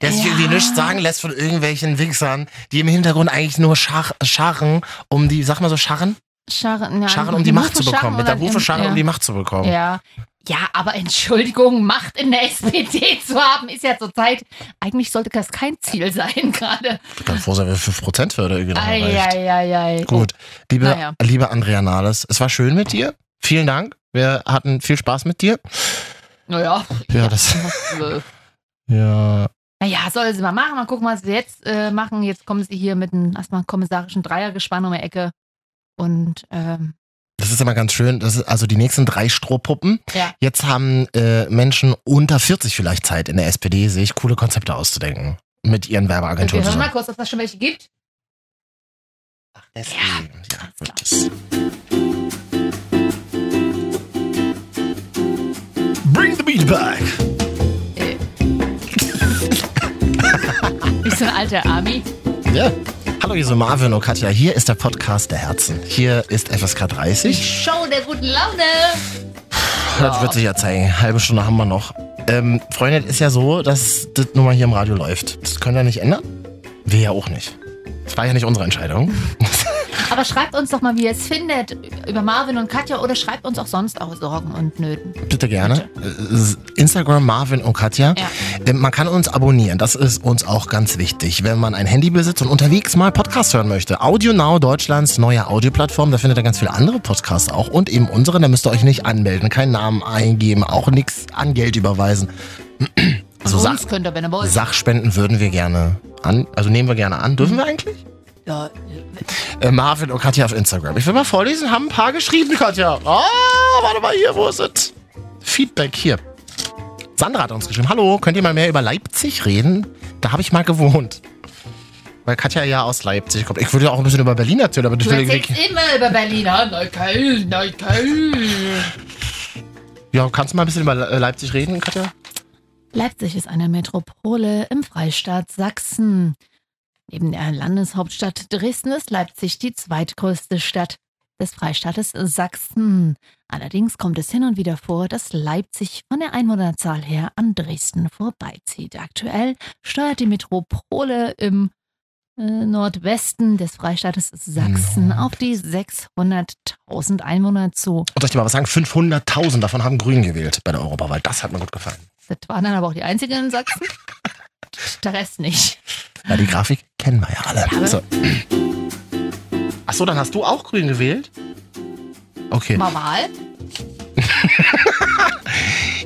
S1: der sich
S2: Ja.
S1: irgendwie nichts sagen lässt von irgendwelchen Wichsern, die im Hintergrund eigentlich nur schach, scharren, um die, sag mal so, scharren?
S2: Scharren, ja,
S1: Scharren, um die Macht zu
S2: Hufe scharren
S1: bekommen. Mit der
S2: oder-
S1: Rufe scharren,
S2: ja.
S1: um die Macht zu bekommen.
S2: Ja. Ja, aber Entschuldigung, Macht in der SPD [laughs] zu haben, ist ja zurzeit, eigentlich sollte das kein Ziel sein gerade.
S1: Ich kann froh sein, wenn 5% würde irgendwie noch erreicht.
S2: Eieiei.
S1: Gut, liebe,
S2: Naja.
S1: liebe Andrea Nahles, es war schön mit dir. Vielen Dank. Wir hatten viel Spaß mit dir.
S2: Naja.
S1: Ja, das.
S2: [laughs] äh,
S1: Ja.
S2: Naja, soll sie mal machen. Mal gucken, was sie jetzt äh, machen. Jetzt kommen sie hier mit einem erstmal kommissarischen Dreiergespann um die Ecke. Und ähm,
S1: Das ist immer ganz schön. Das ist also die nächsten drei Strohpuppen.
S2: Ja.
S1: Jetzt haben äh, Menschen unter 40 vielleicht Zeit in der SPD, sich coole Konzepte auszudenken. Mit ihren
S2: wir
S1: Werbeagenturen.
S2: hören
S1: zusammen.
S2: mal kurz, ob das schon welche gibt.
S1: Deswegen, ja,
S2: alles klar.
S1: das- Bring the beat back.
S2: Wie so ein alter Ami.
S1: Ja. Hallo, hier sind Marvin und Katja. Hier ist der Podcast der Herzen. Hier ist FSK 30.
S2: Show der guten Laune.
S1: Das wird sich ja zeigen. Halbe Stunde haben wir noch. Ähm, Freunde, es ist ja so, dass das nun mal hier im Radio läuft. Das können wir nicht ändern. Wir ja auch nicht. Das war ja nicht unsere [laughs] Entscheidung.
S2: Aber schreibt uns doch mal, wie ihr es findet. Über Marvin und Katja oder schreibt uns auch sonst eure Sorgen und Nöten.
S1: Bitte gerne. Äh, Instagram Marvin und Katja.
S2: Ja.
S1: Äh, Man kann uns abonnieren, das ist uns auch ganz wichtig. Wenn man ein Handy besitzt und unterwegs mal Podcast hören möchte. Audio Now, Deutschlands neue Audioplattform, da findet ihr ganz viele andere Podcasts auch und eben unseren, da müsst ihr euch nicht anmelden, keinen Namen eingeben, auch nichts an Geld überweisen. [clears throat] So
S2: Und
S1: Sach
S2: uns könnt ihr, wenn ihr wollt.
S1: Sachspenden würden wir gerne an, also nehmen wir gerne an. Dürfen wir eigentlich?
S2: Ja,
S1: Äh, Marvin und Katja auf Instagram. Ich will mal vorlesen, haben ein paar geschrieben, Katja. Ah, warte mal hier, wo ist es? Feedback hier. Sandra hat uns geschrieben, hallo, könnt ihr mal mehr über Leipzig reden? Da habe ich mal gewohnt. Weil Katja ja aus Leipzig kommt. Ich würde ja auch ein bisschen über Berlin erzählen, aber
S2: Du
S1: natürlich...
S2: erzählst immer über Berliner. Neukölln, Neukölln.
S1: Ja, kannst du mal ein bisschen über Le- Leipzig reden, Katja?
S2: Leipzig ist eine Metropole im Freistaat Sachsen. Neben der Landeshauptstadt Dresden ist Leipzig die zweitgrößte Stadt des Freistaates Sachsen. Allerdings kommt es hin und wieder vor, dass Leipzig von der Einwohnerzahl her an Dresden vorbeizieht. Aktuell steuert die Metropole im äh, Nordwesten des Freistaates Sachsen
S1: Nord.
S2: auf die 600.000 Einwohner zu.
S1: Und soll ich dir mal was sagen? 500.000 davon haben Grün gewählt bei der Europawahl. Das hat mir gut gefallen.
S2: Das waren dann aber auch die einzigen in Sachsen. Der Rest nicht.
S1: Na, die Grafik kennen wir ja alle.
S2: Ja.
S1: So. Achso, dann hast du auch Grün gewählt? Okay.
S2: Normal.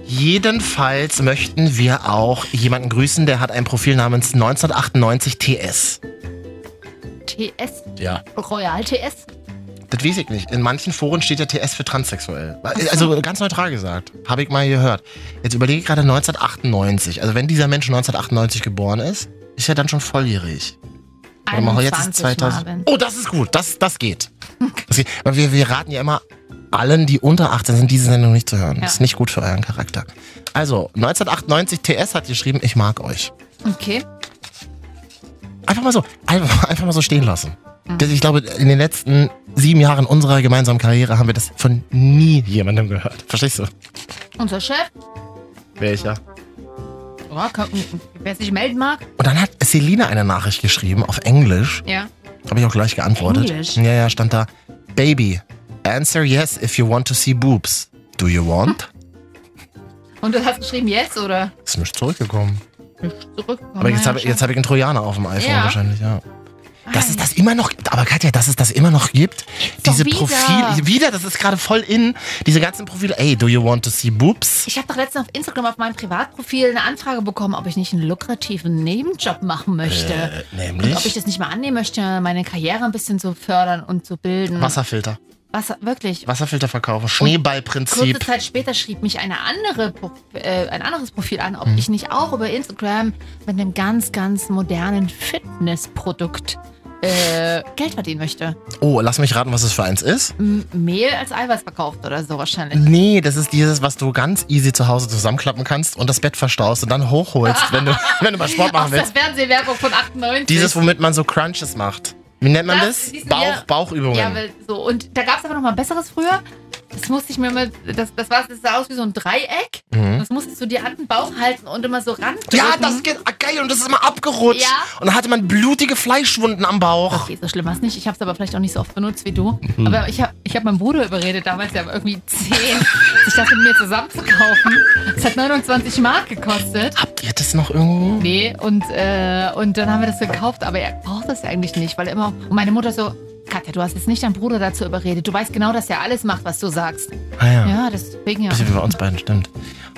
S1: Jedenfalls möchten wir auch jemanden grüßen, der hat ein Profil namens 1998 TS.
S2: TS,
S1: Ja.
S2: Royal TS.
S1: Das weiß ich nicht. In manchen Foren steht ja TS für transsexuell. Also ganz neutral gesagt. Habe ich mal gehört. Jetzt überlege ich gerade 1998. Also wenn dieser Mensch 1998 geboren ist, ist er dann schon volljährig. Warte mal,
S2: 21 Marvin.
S1: Oh, das ist gut. Das, das geht. Das geht. Aber wir, wir raten ja immer allen, die unter 18 sind, diese Sendung nicht zu hören.
S2: Ja.
S1: Das ist nicht gut für euren Charakter. Also, 1998 TS hat geschrieben, ich mag euch.
S2: Okay.
S1: Einfach mal so, einfach, [laughs] einfach mal so stehen lassen. Das, ich glaube, in den letzten sieben Jahren unserer gemeinsamen Karriere haben wir das von nie jemandem gehört. Verstehst du?
S2: Unser Chef,
S1: Welcher?
S2: ja, kann, wer sich melden mag.
S1: Und dann hat Selina eine Nachricht geschrieben auf Englisch.
S2: Ja.
S1: Habe ich auch gleich geantwortet.
S2: Englisch?
S1: Ja, ja, stand da. Baby, answer yes if you want to see boobs. Do you want?
S2: Und du hast geschrieben jetzt oder
S1: Ist nicht zurückgekommen.
S2: zurück?
S1: Aber jetzt habe jetzt hab ich einen Trojaner auf dem iPhone
S2: Oh Ja. Oh
S1: wahrscheinlich, ja. Dass es das immer noch gibt. Aber Katja, dass es das immer noch gibt.
S2: doch
S1: Diese
S2: wieder.
S1: Profile. Wieder, das ist gerade voll in. Diese ganzen Profile. Ey, do you want to see boobs?
S2: Ich habe doch letztens auf Instagram auf meinem Privatprofil eine Anfrage bekommen, ob ich nicht einen lukrativen Nebenjob machen möchte. Und ob ich
S1: Äh, nämlich.
S2: das nicht mal annehmen möchte, meine Karriere ein bisschen zu fördern und zu bilden.
S1: Wasserfilter.
S2: Wasser wirklich.
S1: Wasserfilter verkaufen.
S2: Kurze
S1: Schneeballprinzip.
S2: Zeit später schrieb mich eine andere, Pro- äh, ein anderes Profil an,
S1: Mhm.
S2: ob ich nicht auch über Instagram mit einem ganz, ganz modernen Fitnessprodukt äh, Geld verdienen möchte.
S1: Oh, lass mich raten, was es für eins ist.
S2: M Mehl als Eiweiß verkauft oder so wahrscheinlich.
S1: Nee, das ist dieses, was du ganz easy zu Hause zusammenklappen kannst und das Bett verstaust und dann hochholst, wenn du, [laughs] wenn du mal Sport
S2: Aus
S1: machen
S2: der
S1: willst.
S2: Fernsehwerbung von 98.
S1: Dieses, womit man so Crunches macht. Wie nennt man
S2: Das-
S1: das?
S2: diese-
S1: Bauch,
S2: ja.
S1: Bauchübungen.
S2: ja, weil, so. Und da gab es aber noch mal ein besseres früher. Das musste ich mir immer, das, das, war, das sah aus wie so ein Dreieck.
S1: Mhm.
S2: Das musstest du dir an den Bauch halten und immer so ran.
S1: Ja, das geht ah, geil und das ist immer abgerutscht.
S2: Ja.
S1: Und dann hatte man blutige Fleischwunden am Bauch.
S2: Okay, so schlimm war es nicht. Ich habe es aber vielleicht auch nicht so oft benutzt wie du.
S1: Mhm.
S2: Aber ich habe ich hab meinen Bruder überredet, damals ja irgendwie 10, sich das mit mir zusammen zu kaufen. Es hat 29 Mark gekostet.
S1: Habt ihr das noch irgendwo?
S2: Nee, und, äh, und dann haben wir das gekauft, aber er braucht das eigentlich nicht, weil er immer. Und meine Mutter so, Katja, du hast jetzt nicht deinen Bruder dazu überredet. Du weißt genau, dass er alles macht, was du sagst.
S1: Ah ja.
S2: Ja, deswegen ja.
S1: Bisschen wie bei uns beiden, stimmt.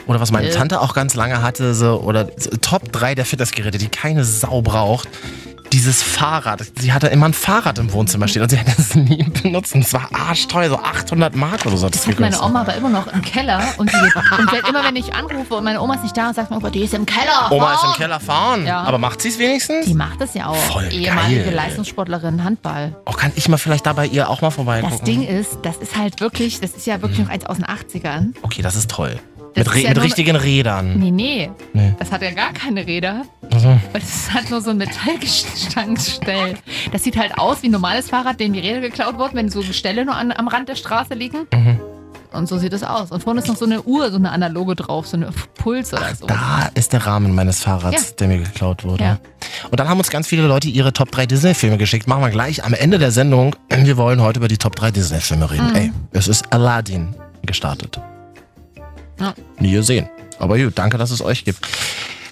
S1: Oder was meine
S2: Äh.
S1: Tante auch ganz lange hatte, so, oder so, Top 3 der Fitnessgeräte, die keine Sau braucht. Dieses Fahrrad. Sie hatte immer ein Fahrrad im Wohnzimmer stehen und sie hat das [laughs] nie benutzt. Und es war arschteuer, so 800 Mark oder so. hat Das
S2: Das hat meine
S1: gekostet.
S2: Oma aber immer noch im Keller. Und, sie, und wenn, immer wenn ich anrufe und meine Oma ist nicht da, sagt man, oh Gott, die ist im Keller.
S1: Oma ist
S2: Frauen.
S1: im Keller fahren.
S2: Ja.
S1: Aber macht sie es wenigstens?
S2: Die macht das ja auch.
S1: Voll
S2: Ehemalige
S1: geil.
S2: Leistungssportlerin Handball.
S1: Oh, kann ich mal vielleicht da bei ihr auch mal vorbeigucken?
S2: Das Ding ist, das ist halt wirklich, das ist ja wirklich noch eins aus den 80ern.
S1: Okay, das ist toll.
S2: Das
S1: mit
S2: ist
S1: Re
S2: ja
S1: mit
S2: nur-
S1: richtigen Rädern.
S2: Nee, nee,
S1: Nee.
S2: das hat ja gar keine Räder.
S1: Also,
S2: Und es hat nur so ein Metallgestell. Das sieht halt aus wie ein normales Fahrrad, dem die Räder geklaut wurden, wenn so Gestelle nur an, am Rand der Straße liegen. Und so sieht es aus. Und vorne ist noch so eine Uhr, so eine analoge drauf, so eine Puls oder so.
S1: da ist der Rahmen meines Fahrrads, der mir geklaut wurde.
S2: Ja.
S1: Und dann haben uns ganz viele Leute ihre Top 3 Disney-Filme geschickt. Machen wir gleich am Ende der Sendung. Wir wollen heute über die Top 3 Disney-Filme
S2: Mhm.
S1: reden. Ey, es ist Aladdin gestartet.
S2: Ja.
S1: Nie gesehen. Aber gut, danke, dass es euch gibt.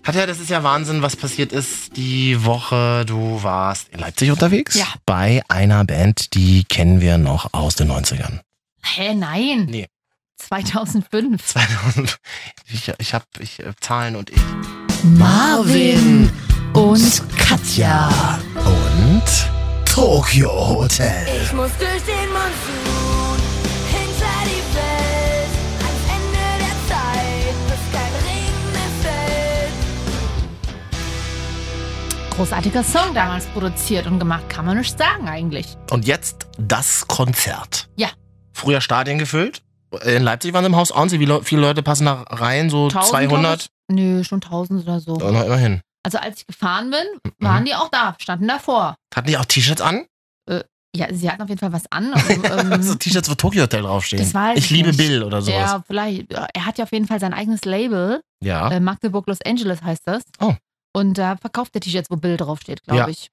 S1: Katja, das ist ja Wahnsinn, was passiert ist die Woche. Du warst in Leipzig unterwegs.
S2: Ja.
S1: Bei einer Band, die kennen wir noch aus den 90ern.
S2: Hä, nein.
S1: Nee.
S2: 2005.
S1: 2000. [laughs] Ich, ich habe ich, äh, Zahlen und ich.
S2: Marvin und Katja.
S1: Und Tokyo Hotel.
S6: Ich muss durch den Monsun, hinter die Welt, ans Ende der Zeit, bis kein Regen mehr fällt.
S2: Großartiger Song damals produziert und gemacht, kann man nicht sagen eigentlich.
S1: Und jetzt das Konzert.
S2: Ja.
S1: Früher Stadien gefüllt. In Leipzig waren sie im Haus Aunsee. Wie leu- viele Leute passen da rein? So
S2: 1000,
S1: 200?
S2: glaub ich. Nö, schon 1000 oder so.
S1: Oh, na, immerhin. Mhm.
S2: Also als ich gefahren bin, waren die auch da, standen davor.
S1: Hatten die auch T-Shirts an?
S2: ja, sie hatten auf jeden Fall was an.
S1: [laughs]
S2: Und, ähm,
S1: so T-Shirts, wo Tokyo Hotel draufstehen.
S2: das weiß
S1: ich liebe
S2: nicht.
S1: Bill oder sowas.
S2: Ja, vielleicht. ja, Er hat ja auf jeden Fall sein eigenes Label.
S1: Ja.
S2: Äh, Magdeburg Los Angeles heißt das.
S1: Oh.
S2: Und da verkauft er T-Shirts, wo Bill draufsteht, glaube
S1: Ja.
S2: ich.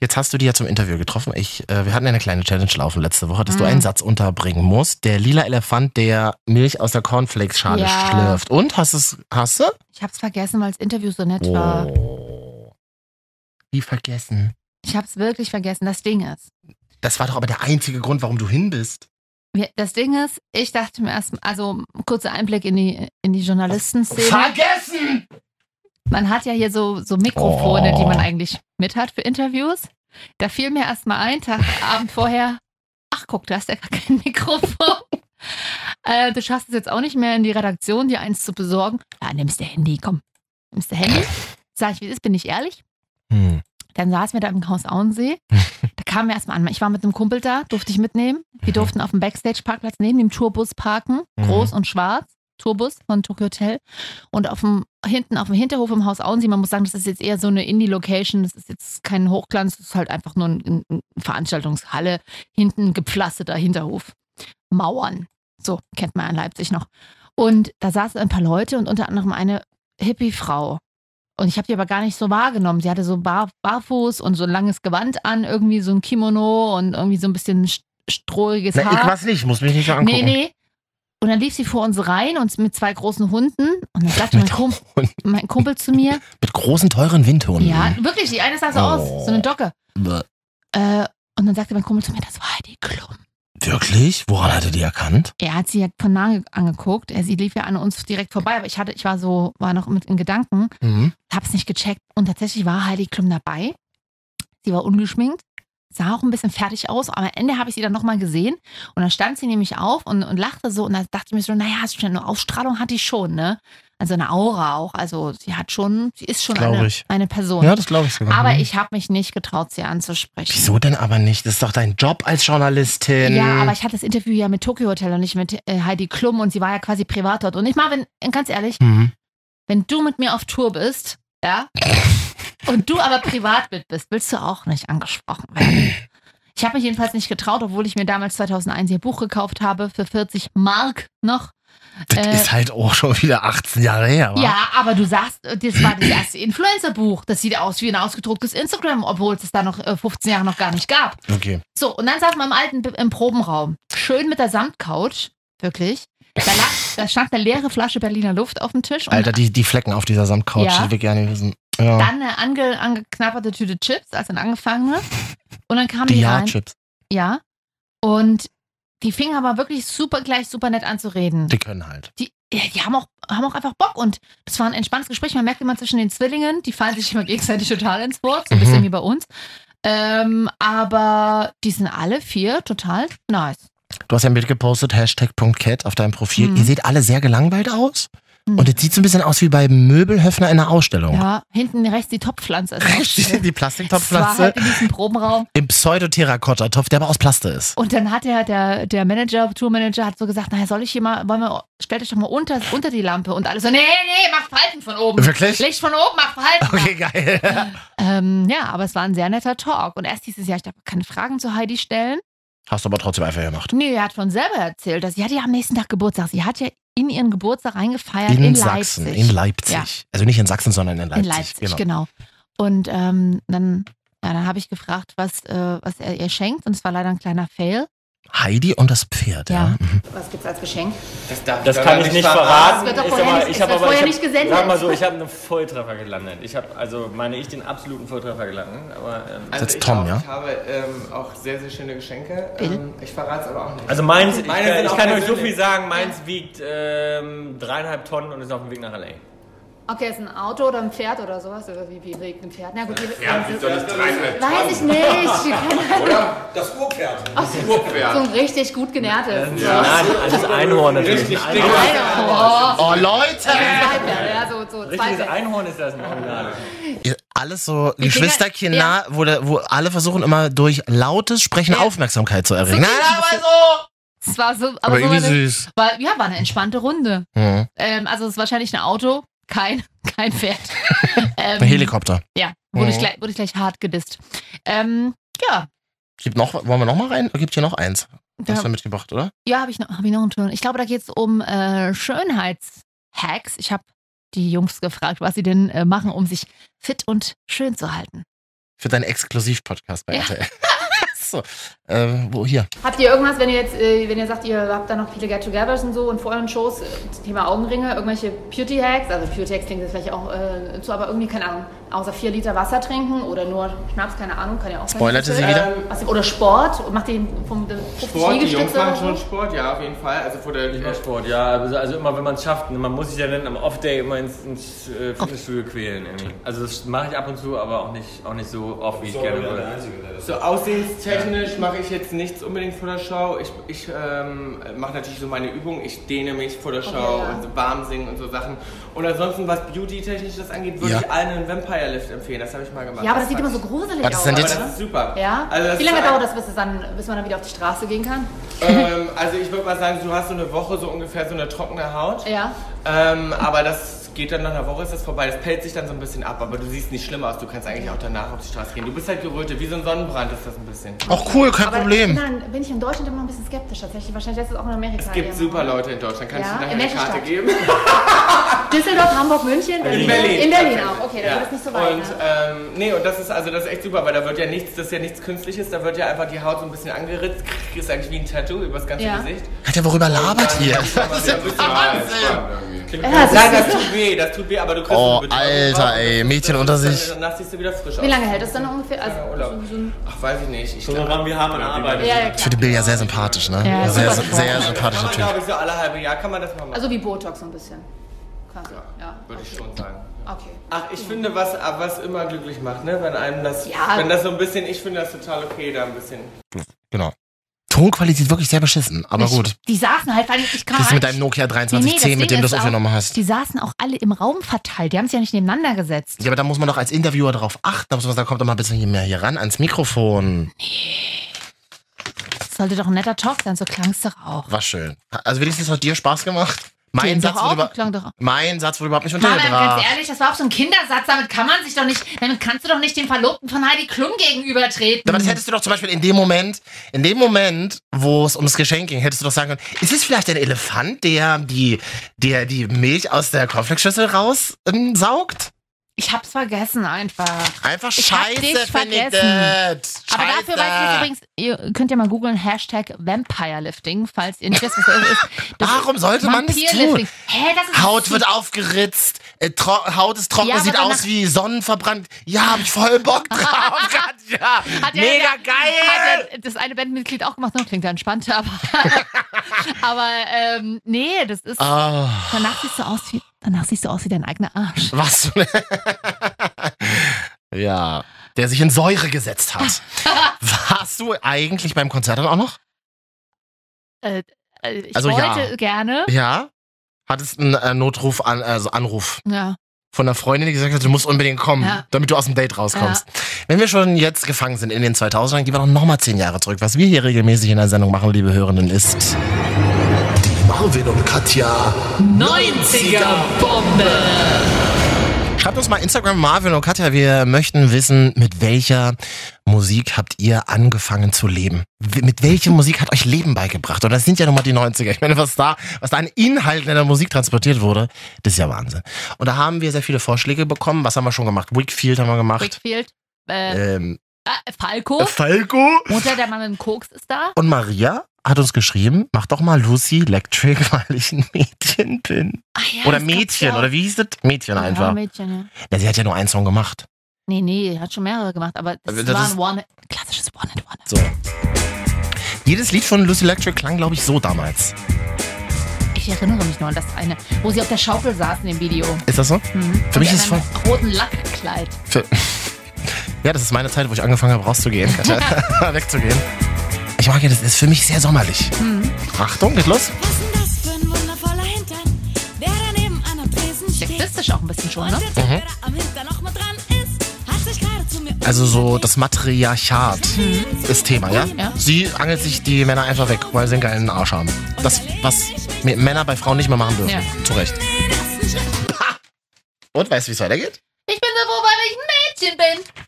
S1: Jetzt hast du die ja zum Interview getroffen. Ich, äh, wir hatten ja eine kleine Challenge laufen letzte Woche, dass du
S2: Mhm.
S1: einen Satz unterbringen musst. Der lila Elefant, der Milch aus der Cornflakes-Schale
S2: Ja.
S1: schlürft. Und hast es, hast du?
S2: Ich habe es vergessen, weil das Interview so nett war.
S1: Oh. Wie vergessen.
S2: Ich habe es wirklich vergessen. Das Ding ist,
S1: Das war doch aber der einzige Grund, warum du hin bist.
S2: wir- das Ding ist, ich dachte mir erst, also kurzer Einblick in die, in die Journalistenszene.
S1: Vergessen!
S2: Man hat ja hier so, so Mikrofone,
S1: Oh.
S2: die man eigentlich mit hat für Interviews. Da fiel mir erst mal ein, Tag, Abend vorher, ach guck, da ist ja gar kein [laughs] Mikrofon. äh, du schaffst es jetzt auch nicht mehr in die Redaktion, dir eins zu besorgen. Ja, nimmst du Handy, komm. Nimmst du Handy. Sag ich, wie es ist, bin ich ehrlich.
S1: Hm.
S2: Dann saßen wir da im Haus Auensee. Da kamen wir erstmal an. Ich war mit einem Kumpel da, durfte ich mitnehmen. Wir durften auf dem Backstage-Parkplatz neben dem Tourbus parken.
S1: Mhm.
S2: Groß und schwarz. Tourbus von Tokyo Hotel. Und auf dem, hinten auf dem Hinterhof im Haus Auensee, man muss sagen, das ist jetzt eher so eine Indie-Location. Das ist jetzt kein Hochglanz, das ist halt einfach nur ein- ein, ein Veranstaltungshalle. Hinten ein gepflasterter Hinterhof. Mauern. So kennt man ja in Leipzig noch. Und da saßen ein paar Leute und unter anderem eine Hippie-Frau. Und ich habe die aber gar nicht so wahrgenommen. Sie hatte so bar, barfuß und so ein langes Gewand an, irgendwie so ein Kimono und irgendwie so ein bisschen st- strohiges
S1: Na,
S2: Haar.
S1: ich weiß nicht, muss mich nicht so
S2: nee,
S1: angucken.
S2: nee. Und dann lief sie vor uns rein und mit zwei großen Hunden. Und dann sagte mein, Kump mein Kumpel zu mir,
S1: Mit großen, teuren Windhunden.
S2: ja, wirklich, die eine sah so aus, so
S1: Oh.
S2: eine Docke.
S1: Bäh.
S2: Äh, und dann sagte mein Kumpel zu mir, das war Heidi Klum.
S1: Wirklich? Woran hat er die erkannt?
S2: Er hat sie ja von nah angeguckt. Er, sie lief ja an uns direkt vorbei, aber ich hatte, ich war so, war noch mit in Gedanken.
S1: Mhm.
S2: hab's nicht gecheckt. Und tatsächlich war Heidi Klum dabei. Sie war ungeschminkt, sah auch ein bisschen fertig aus. Am Ende habe ich sie dann nochmal gesehen. Und dann stand sie nämlich auf und, und lachte so. Und dann dachte ich mir so, naja, schon eine Ausstrahlung hat die schon, ne? Also eine Aura auch. Also sie hat schon, sie ist schon
S1: Glaub
S2: eine,
S1: ich.
S2: eine Person.
S1: Ja, das glaube ich sogar.
S2: aber
S1: Mhm.
S2: ich habe mich nicht getraut, sie anzusprechen.
S1: Wieso denn aber nicht? Das ist doch dein Job als Journalistin.
S2: Ja, aber ich hatte das Interview ja mit Tokyo Hotel und nicht mit äh, Heidi Klum und sie war ja quasi privat dort. Und ich mal, wenn, ganz ehrlich,
S1: Mhm.
S2: wenn du mit mir auf Tour bist, ja, und du aber privat mit bist, willst du auch nicht angesprochen werden. Ich habe mich jedenfalls nicht getraut, obwohl ich mir damals 2001 ihr Buch gekauft habe für 40 Mark noch.
S1: Das
S2: Äh,
S1: ist halt auch schon wieder 18 Jahre her, wa?
S2: Ja, aber du sagst, äh, das war das erste Influencer-Buch. Das sieht aus wie ein ausgedrucktes Instagram, obwohl es das da noch äh, 15 Jahre noch gar nicht gab.
S1: Okay.
S2: So, und dann saßen wir im alten Bi- im Probenraum. Schön mit der Samtcouch, wirklich. Da, lag, da stand eine leere Flasche Berliner Luft auf dem Tisch und
S1: Alter, die, die Flecken auf dieser Samtcouch,
S2: Ja.
S1: die wir gerne wissen. Ja.
S2: dann eine ange, angeknabberte Tüte Chips, als dann angefangene. Und dann kam die,
S1: Die
S2: rein.
S1: Jahrchips.
S2: Ja. Und die fingen aber wirklich super gleich super nett an zu reden.
S1: Die können halt.
S2: Die, ja, die haben, auch, haben auch einfach Bock und das war ein entspanntes Gespräch. Man merkt immer zwischen den Zwillingen, die fallen sich immer gegenseitig total ins Wort, so ein
S1: Mhm.
S2: bisschen wie bei uns. Ähm, aber die sind alle vier total nice.
S1: Du hast ja ein Bild gepostet, Hashtag.cat auf deinem Profil.
S2: Mhm.
S1: Ihr seht alle sehr gelangweilt aus.
S2: Mhm.
S1: Und es sieht so ein bisschen aus wie bei Möbelhöfner in einer Ausstellung.
S2: Ja, hinten rechts die Topfpflanze. Ist
S1: [laughs] Die,
S2: aufgestellt.
S1: die
S2: Es war
S1: Plastiktopfpflanze
S2: halt in diesem Probenraum.
S1: im Pseudoterrakotta-Topf, der aber aus Plaste ist.
S2: Und dann hat der, der, der Manager, Tourmanager, hat so gesagt, naja, soll ich hier mal, wollen wir, stellt euch doch mal unter, unter die Lampe. Und alle so, nee, nee, mach Falten von oben.
S1: Wirklich?
S2: Licht von oben, mach Falten.
S1: Okay, geil.
S2: Ähm, ja, aber es war ein sehr netter Talk. Und erst dieses Jahr, ich darf keine Fragen zu Heidi stellen.
S1: Hast du aber trotzdem einfach gemacht.
S2: Nee, er hat von selber erzählt, dass sie hatte ja am nächsten Tag Geburtstag. Sie hat ja in ihren Geburtstag reingefeiert in,
S1: Sachsen,
S2: Leipzig.
S1: in Leipzig.
S2: Ja.
S1: Also nicht in Sachsen, sondern in Leipzig.
S2: in Leipzig, genau. Und ähm, dann, ja, dann habe ich gefragt, was, äh, was er ihr schenkt. Und es war leider ein kleiner Fail.
S1: Heidi und das Pferd, ja.
S2: Ja. Was gibt's als Geschenk?
S7: Das kann ich nicht verraten.
S2: Das wird doch
S7: Ich
S2: vorher
S7: sag mal,
S2: nicht-
S7: ich
S2: es
S7: hab
S2: wird
S7: aber-
S2: vorher
S7: ich
S2: nicht
S7: hab-
S2: gesendet.
S7: Sag mal so, ich habe einen Volltreffer gelandet. Ich habe, also meine ich, den absoluten Volltreffer gelandet. Aber, ähm,
S1: Das ist Tom,
S8: Also ich
S1: ja?
S8: Ich habe ähm, auch sehr, sehr schöne Geschenke. Ähm, ich verrate es aber auch nicht.
S7: also meins, ich,
S8: Meine
S7: kann,
S8: sind
S7: ich
S8: auch
S7: kann euch so
S8: persönlich.
S7: viel sagen, meins wiegt ähm, dreieinhalb Tonnen und ist auf dem Weg nach L.A.
S2: Okay, ist ein Auto oder ein Pferd oder sowas? Oder wie, wie regt ein Pferd? Na gut,
S7: Ja, wie soll ich dreieinhalb
S2: Weiß ich nicht. Keine Ahnung.
S8: Oder? Das Urpferd. Das
S2: So
S8: Urpferd.
S2: ein richtig gut genährtes.
S7: Nein, also das ist Einhorn natürlich.
S8: Richtig
S7: Ein
S8: dicke-
S7: Einhorn.
S1: Oh, Leute!
S2: Zwei Pferde, ja, so, so zwei
S7: Richtiges
S2: Pferde.
S7: Einhorn ist das ein Original.
S1: Ihr- Alles so
S2: Die
S1: Geschwisterkinder,
S2: Dinger-
S1: wo, der, wo alle versuchen immer durch lautes Sprechen Aufmerksamkeit zu erregen.
S2: So
S1: Nein,
S2: richtig.
S1: aber so!
S2: Es war so, aber,
S1: Aber
S2: so
S1: irgendwie
S2: war eine,
S1: süß.
S2: war, ja, war eine entspannte Runde.
S1: Mhm.
S2: Ähm, also es ist wahrscheinlich ein Auto, kein, [laughs] kein Pferd. ähm,
S1: Ein Helikopter.
S2: Ja, wurde,
S1: Mhm.
S2: ich gleich, wurde ich gleich hart gedisst. Ähm, ja,
S1: Gibt noch, wollen wir noch mal rein? Gibt hier noch eins?
S2: Ja.
S1: Das hast du mitgebracht, oder?
S2: Ja, habe ich, noch- hab ich noch einen Ton. Ich glaube, da geht es um äh, Schönheitshacks. Ich habe die Jungs gefragt, was sie denn äh, machen, um sich fit und schön zu halten.
S1: Für deinen Exklusiv-Podcast bei
S2: Ja.
S1: RTL. [laughs] so, äh, wo hier?
S2: Habt ihr irgendwas, wenn ihr jetzt, äh, wenn ihr sagt, ihr habt da noch viele Get-Togethers und so und vor euren Shows, äh, Thema Augenringe, irgendwelche Beauty-Hacks, also Beauty-Hacks klingt jetzt vielleicht auch äh, zu, aber irgendwie, keine Ahnung, außer vier Liter Wasser trinken oder nur Schnaps, keine Ahnung, kann ja auch sein.
S1: Spoilerte sie wieder? Ähm,
S2: Was, oder Sport, macht ihr vom 50
S8: Sport, die Jungs
S2: Liegestütze
S8: machen
S2: oder so?
S8: schon Sport, ja, auf jeden Fall. Also vor der
S7: Immer Sport, ja. Also, also immer, wenn man es schafft. Man muss sich ja dann am Off-Day immer ins, ins äh, Fitnessstudio quälen. Irgendwie. Also das mache ich ab und zu, aber auch nicht, auch nicht so oft, wie ich
S8: So,
S7: gerne
S8: ja,
S7: würde.
S8: der Einzige, der das So aussehenstechnisch mache ich jetzt nichts unbedingt vor der Show. Ich, ich ähm, mache natürlich so meine Übungen. Ich dehne mich vor der
S2: Oh,
S7: Okay,
S8: Show
S7: ja.
S8: und so warm singen und so Sachen. Und ansonsten, was Beauty-technisches angeht, würde
S1: Ja.
S8: ich allen einen Vampire-Lift empfehlen. Das habe ich mal gemacht.
S2: Ja, aber das sieht
S8: fand
S2: immer so
S8: ich-
S2: gruselig
S1: Was ist
S2: aus. ne?
S1: denn jetzt-
S8: Aber das ist super.
S2: Ja?
S8: Also das
S2: Wie lange
S8: ist ein-
S2: dauert das, bis, es dann, bis man dann wieder auf die Straße gehen kann?
S8: ähm, also ich würde mal sagen, du hast so eine Woche so ungefähr so eine trockene Haut.
S2: Ja.
S8: Ähm, aber das geht dann nach einer Woche ist das vorbei. Das pellt sich dann so ein bisschen ab, aber du siehst nicht schlimm aus. Du kannst eigentlich auch danach auf die Straße gehen. Du bist halt gerötet, wie so ein Sonnenbrand ist das ein bisschen.
S1: Auch cool, kein
S2: Aber Ich
S1: Problem.
S2: bin, dann, bin ich in Deutschland immer noch ein bisschen skeptisch tatsächlich. Wahrscheinlich ist es auch in Amerika.
S8: Es gibt super Leute in Deutschland. Kann
S2: Ja,
S8: ich dir
S2: in
S8: nachher eine
S2: welcher
S8: Karte
S2: Stadt?
S8: geben?
S2: Düsseldorf, Hamburg, München,
S8: In Berlin.
S2: In Berlin
S8: tatsächlich.
S2: auch, okay, dann wird es nicht so weit.
S8: Und
S2: ne?
S8: ähm, nee, und das ist also das ist echt super, weil da wird ja nichts, das ist ja nichts Künstliches, da wird ja einfach die Haut so ein bisschen angeritzt, krrr, ist eigentlich wie ein Tattoo über das ganze
S2: Ja.
S8: Gesicht. Ähm,
S1: Alter, worüber labert ihr? [laughs]
S8: Das ist ja Wahnsinn.
S2: Ja, das
S8: Nein,
S2: ist-
S8: das tut weh, das tut weh, aber du kriegst
S1: Oh,
S8: eine Betäubung
S1: Alter,
S8: drauf.
S1: ey, Mädchen unter sich.
S8: Danach siehst du wieder frisch aus.
S2: Wie lange hält das dann ungefähr?
S8: äh, Ja,
S2: Also,
S8: Urlaub. Also Ach, weiß ich nicht. Ich
S7: So waren wir haben an Arbeit.
S2: ja, ja,
S1: Ich
S2: klar.
S1: finde Bill ja sehr sympathisch, ne?
S2: Ja,
S1: sehr,
S2: super
S1: sehr, sehr
S2: sympathisch.
S1: sympathischer
S8: Kann man,
S1: Typ.
S8: glaube ich, so alle halbe Jahr kann man das mal machen.
S2: also wie Botox so ein bisschen. Krass. Ja.
S8: würde ich schon sagen.
S2: Okay.
S8: Ach, ich finde, was, ah, was immer glücklich macht, ne? Wenn einem das,
S2: Ja.
S8: wenn das so ein bisschen, ich finde das total okay, da ein bisschen.
S1: Genau. Tonqualität wirklich sehr beschissen, aber
S2: Nicht-
S1: gut.
S2: Die saßen halt, weil ich kam
S1: Kriegst du mit deinem Nokia 2310, mit dem du das aufgenommen hast.
S2: Die saßen auch alle im Raum verteilt. Die haben sich ja nicht nebeneinander gesetzt.
S1: Ja, aber da muss man doch als Interviewer drauf achten. Da muss man sagen, kommt doch mal ein bisschen hier mehr hier ran ans Mikrofon.
S2: Das sollte doch ein netter Talk sein, so klang's doch auch.
S1: War schön. Also wenigstens hat dir Spaß gemacht. Mein
S2: Klingt
S1: Satz,
S2: doch
S1: wurde
S2: auch,
S1: über,
S2: klang doch auch.
S1: mein Satz wurde überhaupt nicht
S2: Marian, ganz
S1: untergebracht.
S2: ehrlich, das war auch so ein Kindersatz, damit kann man sich doch nicht, damit kannst du doch nicht dem Verlobten von Heidi Klum gegenübertreten.
S1: Aber das hättest du doch zum Beispiel in dem Moment, in dem Moment, wo es ums Geschenk ging, hättest du doch sagen können, ist es vielleicht ein Elefant, der die, der die Milch aus der Cornflakesschüssel raus ähm, saugt?
S2: ich hab's vergessen einfach.
S1: Einfach
S2: Ich hab
S1: scheiße,
S2: dich
S1: finde ich
S2: vergessen.
S1: das.
S2: Aber
S1: Scheiße.
S2: dafür weiß ich übrigens, ihr könnt ja mal googeln, Hashtag Vampirelifting, falls ihr nicht wisst, was das ist. Das
S1: Warum sollte man das
S2: Vampirlifting.
S1: tun?
S2: Hä, das ist
S1: Haut wird aufgeritzt, äh, tro- Haut ist trocken,
S2: Ja,
S1: sieht
S2: aber
S1: aus
S2: danach-
S1: wie sonnenverbrannt. Ja, hab ich
S2: [laughs]
S1: voll Bock drauf. Katja.
S2: Hat ja-
S1: Mega geil.
S2: Hat ja das eine Bandmitglied auch gemacht, noch klingt ja entspannt, aber, [laughs] aber ähm, nee, das ist.
S1: Ah,
S2: Danach siehst, du aus wie, danach siehst du aus wie dein eigener Arsch.
S1: was? [laughs] ja, der sich in Säure gesetzt hat. Warst du eigentlich beim Konzert dann auch noch?
S2: Äh, äh, ich
S1: Also ja.
S2: wollte gerne.
S1: Ja. Hattest einen äh, Notruf, an, also Anruf
S2: Ja.
S1: von einer Freundin, die gesagt hat, du musst unbedingt kommen,
S2: Ja.
S1: damit du aus dem Date rauskommst. Wenn wir schon jetzt gefangen sind in den 2000ern, gehen wir doch nochmal zehn Jahre zurück. Was wir hier regelmäßig in der Sendung machen, liebe Hörenden, ist...
S9: Marvin und Katja.
S2: 90er Bombe!
S1: Schreibt uns mal Instagram Marvin und Katja. Wir möchten wissen, mit welcher Musik habt ihr angefangen zu leben? W- Mit welcher Musik hat euch Leben beigebracht? Und das sind ja nun mal die 90er. Ich meine, was da, was da an Inhalten in der Musik transportiert wurde, das ist ja Wahnsinn. Und da haben wir sehr viele Vorschläge bekommen. Was haben wir schon gemacht? Wickfield haben wir gemacht.
S2: Wakefield, äh,
S1: Ähm,
S2: äh, Falco,
S1: Falco
S2: Mutter der Mann mit dem Koks ist da.
S1: und Maria hat uns geschrieben, mach doch mal Lucy Electric, [laughs] weil ich ein Mädchen bin.
S2: Ah ja,
S1: oder
S2: das gab's ja
S1: Mädchen,
S2: auch.
S1: oder wie hieß das? Mädchen
S2: Ja,
S1: einfach.
S2: Mädchen, ja.
S1: Ja, sie hat ja nur einen Song gemacht.
S2: Nee, nee, hat schon mehrere gemacht, aber das,
S1: Aber Also das
S2: war
S1: ist-
S2: ein One, klassisches One-and-One.
S1: So. Jedes Lied von Lucy Electric klang, glaube ich, so damals.
S2: Ich erinnere mich nur an das eine, wo sie auf der Schaukel saß in dem Video.
S1: Ist das so?
S2: Mhm.
S1: Für mich
S2: Und
S1: ist
S2: in einem roten Lackkleid.
S1: Für [laughs] ja, das ist meine Zeit, wo ich angefangen habe, rauszugehen, [laughs] wegzugehen. Ich mag ja, das ist für mich sehr sommerlich.
S6: Mhm.
S1: Achtung, geht los.
S6: Was denn das für ein wundervoller Hintern, der daneben an der Besen steht?
S2: Sexistisch auch ein bisschen schon, ne?
S1: Mhm.
S6: Und der Typ, der da am Hintern noch mit dran ist, hat sich gerade zu mir
S1: Also so das Matriarchat
S2: Mhm.
S1: ist Thema, ja?
S6: Ja.
S1: Sie angelt sich die Männer einfach weg, weil sie einen geilen Arsch haben. Das, was M- Männer bei Frauen nicht mehr machen dürfen.
S2: Ja.
S1: Zu Recht. Und weißt du, wie es weitergeht?
S2: Ich bin so froh, weil ich ein Mädchen bin.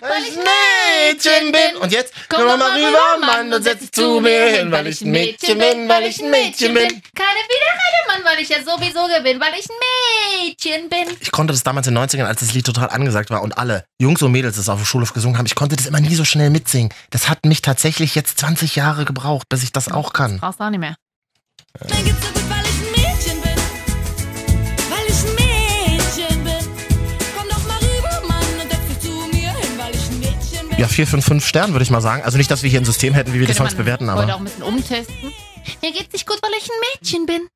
S1: weil ich Mädchen bin. Und jetzt komm doch mal rüber, Mann, und setz dich zu mir hin, weil ich ein Mädchen bin, weil ich ein Mädchen bin.
S2: Keine Widerrede, Mann, weil ich ja sowieso gewinne, weil ich ein Mädchen bin.
S1: Ich konnte das damals in den 90ern, als das Lied total angesagt war und alle Jungs und Mädels das auf dem Schulhof gesungen haben, ich konnte das immer nie so schnell mitsingen. Das hat mich tatsächlich jetzt 20 Jahre gebraucht, bis ich das auch kann.
S2: Brauchst du auch nicht mehr.
S6: Mir geht's so gut, weil ich ein Mädchen bin. Weil ich ein Mädchen bin. Komm doch mal rüber, Mann, und setz dich zu mir hin, weil ich ein Mädchen bin.
S1: Ja, 4, 5, 5 Sterne würde ich mal sagen. Also nicht, dass wir hier ein System hätten, wie wir die
S2: Könnte
S1: Songs
S2: man
S1: bewerten,
S2: Heute auch
S1: aber
S2: ein bisschen umtesten. Mir geht's nicht gut, weil ich ein Mädchen bin.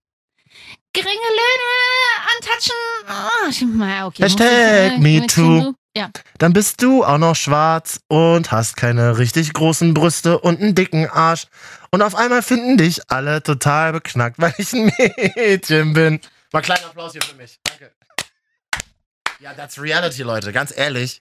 S2: Geringe Löhne antatschen. Ah, ich- na, okay.
S1: Hashtag
S2: Muss ich-
S1: me too.
S2: Ja.
S1: dann bist du auch noch schwarz und hast keine richtig großen Brüste und einen dicken Arsch. Und auf einmal finden dich alle total beknackt, weil ich ein [laughs] Mädchen bin. Mal kleiner Applaus hier für mich. Danke. Ja, that's reality, Leute. Ganz ehrlich.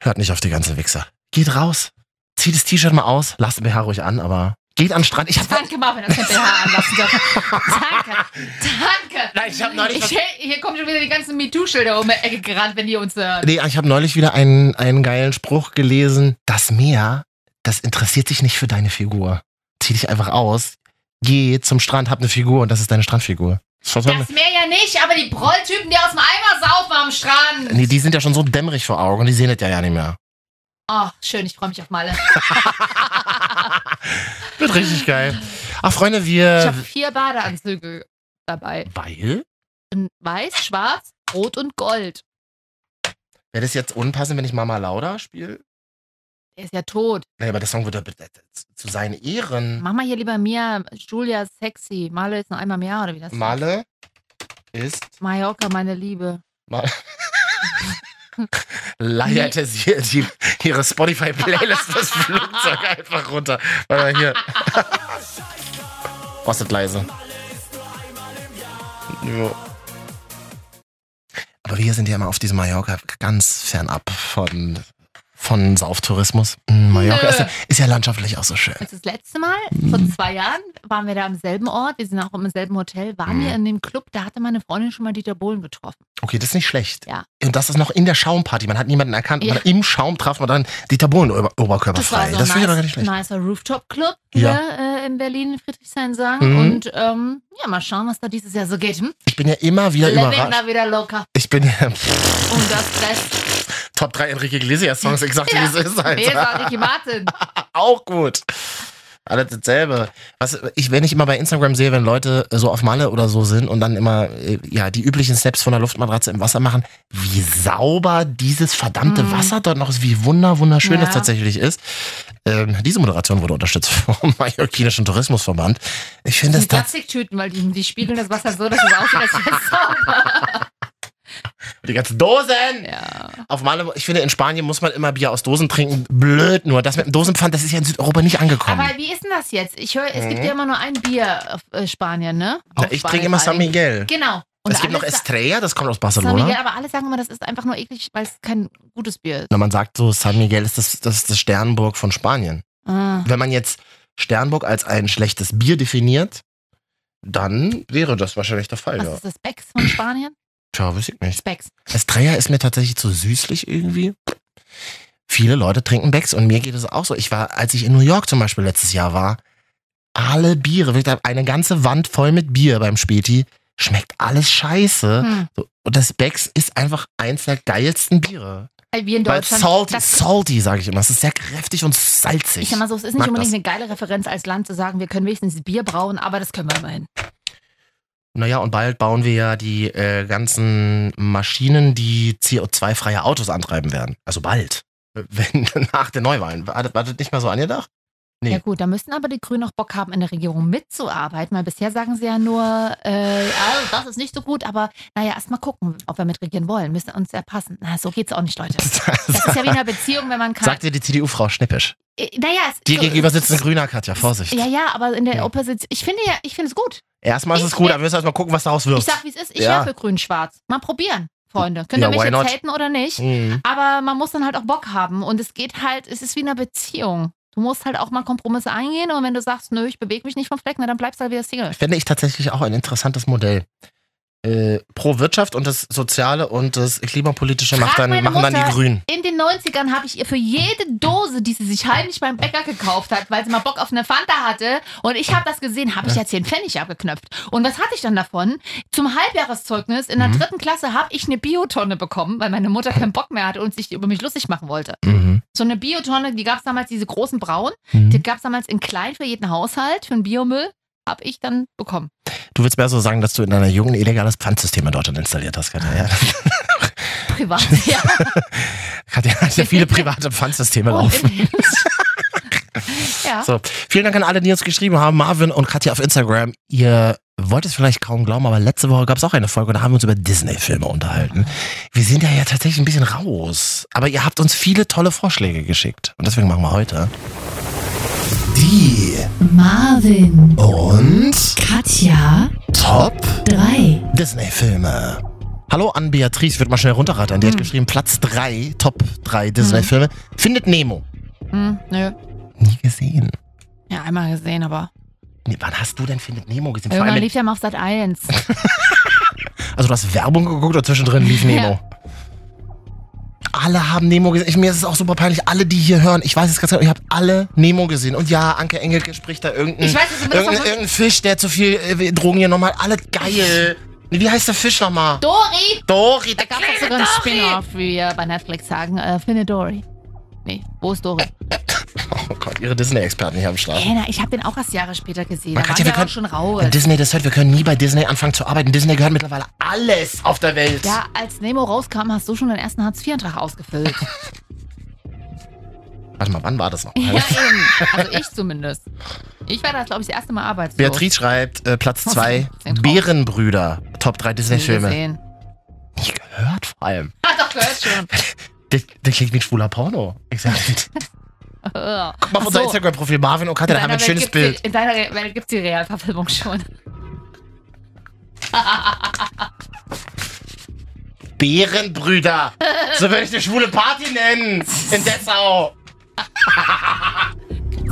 S1: Hört nicht auf die ganzen Wichser. Geht raus. Zieht das T-Shirt mal aus. Lasst den BH ruhig an, aber geht an den Strand. Ich hab
S2: Danke, Marvin, dass wir BH anlassen dürfen. Danke. Danke.
S1: Nein, ich hab neulich was-
S2: Hier, hier kommen schon wieder die ganzen MeToo-Schilder um die Ecke gerannt, wenn die uns äh, hören.
S1: Nee, ich habe neulich wieder einen, einen geilen Spruch gelesen. Das Meer, das interessiert dich nicht für deine Figur. Zieh dich einfach aus, geh zum Strand, hab eine Figur und das ist deine Strandfigur. Schau mal.
S2: Das mehr ja nicht, aber die Prolltypen, die aus dem Eimer saufen am Strand.
S1: Nee, die sind ja schon so dämmerig vor Augen, die sehen das ja ja nicht mehr.
S2: Oh, schön, ich freue mich auf Malle.
S1: Wird richtig geil. Ach, Freunde,
S2: Ich
S1: wir.
S2: habe vier Badeanzüge dabei.
S1: Weil?
S2: In Weiß, schwarz, rot und gold.
S1: Wäre das jetzt unpassend, wenn ich Mama Lauda spiele?
S2: Der ist ja tot.
S1: Nee, aber der Song wird ja be- äh, zu seinen Ehren.
S2: Mach mal hier lieber Mia, Julia ist sexy. Malle ist noch einmal mehr oder wie das?
S1: Male ist.
S2: Mallorca, meine Liebe.
S1: Mal leiert es hier die, ihre Spotify-Playlist das Flugzeug einfach runter. Warte mal hier. [laughs] Was ist leise? Jo. Aber wir sind ja immer auf diesem Mallorca ganz fernab von, von Sauftourismus. Mm, Mallorca
S2: Nö.
S1: ist ja, ist ja landschaftlich auch so schön.
S2: Als das letzte Mal, vor zwei Jahren, waren wir da am selben Ort, wir sind auch im selben Hotel,
S1: Hm.
S2: waren wir in dem Club, da hatte meine Freundin schon mal Dieter Bohlen getroffen.
S1: Okay, das ist nicht schlecht.
S2: Ja.
S1: Und das ist noch in der Schaumparty. Man hat niemanden erkannt.
S2: Ja.
S1: Man, Im Schaum traf man dann die Tabulen ober oberkörperfrei. Das, finde ich aber gar nicht schlecht.
S2: nicer Rooftop-Club
S1: Ja.
S2: hier äh, in Berlin, Friedrichshain-Sagen.
S1: Mhm.
S2: Und ähm, ja, mal schauen, was da dieses Jahr so geht. Hm?
S1: Ich bin ja immer wieder
S2: Levin
S1: überrascht.
S2: war wieder locker.
S1: Ich bin ja
S2: Und das Stress.
S1: Top 3 Enrique Iglesias Songs, ich sagte, wie es ist. [laughs] Alter.
S2: Nee, es war Ricky Martin.
S1: Auch gut. Alles dasselbe. Was, ich, wenn ich immer bei Instagram sehe, wenn Leute so auf Malle oder so sind und dann immer äh, ja, die üblichen Snaps von der Luftmatratze im Wasser machen, wie sauber dieses verdammte Wasser dort noch ist, wie wunder, wunderschön das
S10: Ja.
S1: tatsächlich ist. Ähm, diese Moderation wurde unterstützt [laughs] vom Mallorquinischen Tourismusverband. Ich finde das
S2: Mit
S1: tatsächlich.
S2: Plastiktüten, weil die, die spiegeln das Wasser so, dass es aussieht, als wäre es sauber.
S1: Die ganzen Dosen! Auf Malle, ich finde, in Spanien muss man immer Bier aus Dosen trinken. Blöd nur. Das mit dem Dosenpfand, das ist ja in Südeuropa nicht angekommen.
S2: Aber wie ist denn das jetzt? Ich höre, es gibt
S1: Mhm.
S2: ja immer nur ein Bier auf äh, Spanien, ne?
S1: Na,
S2: Auf
S1: ich
S2: Spanien
S1: trinke immer
S2: vor
S1: San
S2: allen Dingen.
S1: Miguel.
S2: Genau.
S1: es gibt noch
S2: alles-
S1: Estrella, das kommt aus
S2: San Miguel,
S1: Barcelona.
S2: aber alle sagen immer, das ist einfach nur eklig, weil es kein gutes Bier ist.
S1: Na, man sagt so, San Miguel ist das, das, ist das Sternburg von Spanien.
S2: Ah.
S1: Wenn man jetzt Sternburg als ein schlechtes Bier definiert, dann wäre das wahrscheinlich der Fall,
S2: Was
S1: ja.
S2: ist das Becks von
S1: [laughs]
S2: Spanien?
S1: Tja, weiß ich nicht.
S2: Becks.
S1: Estrella ist mir tatsächlich zu süßlich irgendwie. Viele Leute trinken Becks und mir geht es auch so. Ich war, als ich in New York zum Beispiel letztes Jahr war, alle Biere, wirklich eine ganze Wand voll mit Bier beim Späti, schmeckt alles scheiße.
S2: Hm.
S1: So, Und das Becks ist einfach eins der geilsten Biere.
S2: Äh, Wie in
S1: Weil
S2: Deutschland.
S1: salty,
S2: das,
S1: salty sage ich immer. Es ist sehr kräftig und salzig.
S2: ich sag mal so, es ist
S1: Mag
S2: nicht unbedingt
S1: das.
S2: eine geile Referenz als Land zu sagen, wir können wenigstens Bier brauen, aber das können wir immerhin.
S1: Naja, und bald bauen wir ja die äh, ganzen Maschinen, die CO2-freie Autos antreiben werden. Also bald. [laughs] Wenn nach den Neuwahlen. War das, war das nicht mal so angedacht? Nee.
S2: Ja gut, da müssten aber die Grünen auch Bock haben, in der Regierung mitzuarbeiten, weil bisher sagen sie ja nur, äh, ah, das ist nicht so gut, aber naja, erst mal gucken, ob wir mitregieren wollen. Müssen uns ja passen. Na, so geht's auch nicht, Leute. Das ist ja wie in
S1: [laughs]
S2: einer Beziehung, wenn man kann.
S1: Sagt dir die CDU-Frau Schnippisch.
S2: Äh, naja, es,
S1: Dir
S2: so-
S1: gegenüber sitzt ein grüner Katja, Vorsicht.
S2: Ja, ja, aber in der Opposition. Ich finde ja, ich finde es gut.
S1: Erstmal ist es gut, aber wir müssen erstmal gucken, was daraus wird.
S2: Ich sag, wie es ist. Ich
S1: Ja.
S2: wäre für grün-schwarz. Mal probieren, Freunde. Könnt
S1: Ja,
S2: ihr mich
S1: why
S2: jetzt
S1: not?
S2: haten oder nicht?
S1: Mhm.
S2: Aber man muss dann halt auch Bock haben. Und es geht halt, es ist wie in einer Beziehung. Du musst halt auch mal Kompromisse eingehen. Und wenn du sagst, nö, ich bewege mich nicht vom Fleck, na, dann bleibst du halt wieder Single.
S1: Fände ich tatsächlich auch ein interessantes Modell. Äh, äh, pro-Wirtschaft und das Soziale und das Klimapolitische macht dann,
S2: Meine
S1: machen dann die
S2: Mutter,
S1: Grünen.
S2: In den 90ern habe ich ihr für jede Dose, die sie sich heimlich beim Bäcker gekauft hat, weil sie mal Bock auf eine Fanta hatte und ich habe das gesehen, habe ich ja 10 Pfennig abgeknöpft. Und was hatte ich dann davon? Zum Halbjahreszeugnis in der
S1: Mhm.
S2: dritten Klasse habe ich eine Biotonne bekommen, weil meine Mutter keinen Bock mehr hatte und sich über mich lustig machen wollte.
S1: Mhm.
S2: So eine Biotonne, die gab es damals, diese großen braunen,
S1: Mhm.
S2: die gab es damals in klein für jeden Haushalt, für den Biomüll, habe ich dann bekommen. [laughs]
S1: Du willst mir so sagen, dass du in deiner Jugend ein illegales Pfandsystem in Deutschland installiert hast, Katja.
S2: [laughs]
S1: Ja, [laughs]
S2: Privat, ja.
S1: Katja hat ja viele private Pfandsysteme laufen.
S2: [laughs] ja.
S1: So, vielen Dank an alle, die uns geschrieben haben. Marvin und Katja auf Instagram. Ihr wollt es vielleicht kaum glauben, aber letzte Woche gab es auch eine Folge und da haben wir uns über Disney-Filme unterhalten. Wir sind da ja tatsächlich ein bisschen raus. Aber ihr habt uns viele tolle Vorschläge geschickt. Und deswegen machen wir heute. Die
S6: Marvin
S1: und
S6: Katja
S1: Top
S6: drei.
S1: Disney-Filme. Hallo an Beatrice, ich würde mal schnell runterrattern.
S6: Mhm.
S1: Die hat geschrieben, Platz 3, Top 3 Disney-Filme. Findet Nemo.
S2: Hm, nö.
S1: Nie gesehen.
S2: Ja, einmal gesehen, aber
S1: Nee, wann hast du denn Findet Nemo gesehen? Vor allem
S2: irgendwann
S1: mit-
S2: lief der mal auf Sat 1.
S1: Also du hast Werbung geguckt und zwischendrin
S2: [laughs]
S1: lief Nemo. Alle haben Nemo gesehen. Ich, mir ist es auch super peinlich. Alle, die hier hören, ich weiß es ganz genau, ihr habt alle Nemo gesehen. Und ja, Anke Engelke spricht da irgendein,
S2: Ich weiß, dass du mir das
S1: irgendein,
S2: auch-
S1: irgendein Fisch, der zu viel äh, Drogen genommen hat. Alle geil. Nee, Wie heißt der Fisch nochmal?
S2: Dori!
S1: Dori,
S2: Da gab es sogar einen Spin-off, wie wir bei Netflix sagen. Äh, finde Dory. Nee, wo ist Dory?
S1: Oh Gott, ihre Disney-Experten hier am Start.
S2: Ey, na, Äh, ich habe den auch erst Jahre später gesehen.
S1: Man
S2: Da
S1: kann
S2: waren
S1: ja- wir
S2: wir auch
S1: können-
S2: schon
S1: Wenn
S2: raus.
S1: Disney das hört, wir können nie bei Disney anfangen zu arbeiten. Disney gehört mittlerweile alles auf der Welt.
S2: Ja, als Nemo rauskam, hast du schon den ersten Hartz-IV-Antrag
S1: [laughs]
S2: ausgefüllt.
S1: Warte mal, wann war das noch?
S2: ja, eben. Also ich zumindest. Ich war da, glaube ich, das erste Mal arbeitslos.
S1: Beatrice schreibt, äh, Platz
S2: Was?
S1: 2,
S2: Sind raus.
S1: Bärenbrüder. Top 3
S2: Nie
S1: Disney-Filme.
S2: gesehen.
S1: Hört vor allem.
S2: Hat doch gehört schon.
S1: Das, das klingt wie ein schwuler Porno. Ich
S2: [laughs]
S1: sag, guck mal auf
S2: Ach
S1: unser
S2: so.
S1: Instagram-Profil Marvin und Katja, da
S2: In
S1: haben wir ein
S2: deiner Welt gibt's
S1: schönes
S2: die-
S1: Bild.
S2: In deiner Re- Welt gibt es die Realverfilmung schon.
S1: Bärenbrüder. So würde ich eine schwule Party nennen. In Dessau.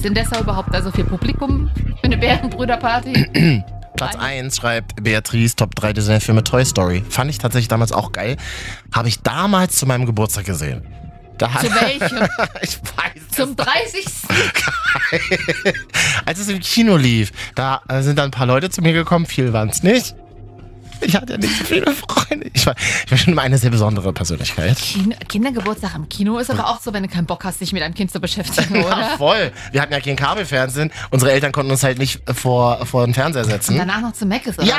S2: Sind deshalb überhaupt da so viel Publikum für eine Bärenbrüderparty?
S1: [laughs] Platz 1 schreibt Beatrice, Top 3 Disney-Filme Toy Story. Fand ich tatsächlich damals auch geil. Habe ich damals zu meinem Geburtstag gesehen. Da hat-
S2: Zu welchem?
S1: [laughs] ich weiß.
S2: Zum 30.
S1: Als es im Kino lief, da äh, sind dann ein paar Leute zu mir gekommen, viel waren es nicht. Ich hatte ja nicht so viele Freunde. Ich war, ich war schon immer eine sehr besondere Persönlichkeit.
S2: Kino, Kindergeburtstag im Kino ist aber auch so, wenn du keinen Bock hast, dich mit einem Kind zu beschäftigen,
S1: Ja,
S2: oder?
S1: voll. Wir hatten ja kein Kabelfernsehen. Unsere Eltern konnten uns halt nicht vor, vor den Fernseher
S2: Und
S1: setzen.
S2: danach noch zu Meckes, oder
S1: Ja!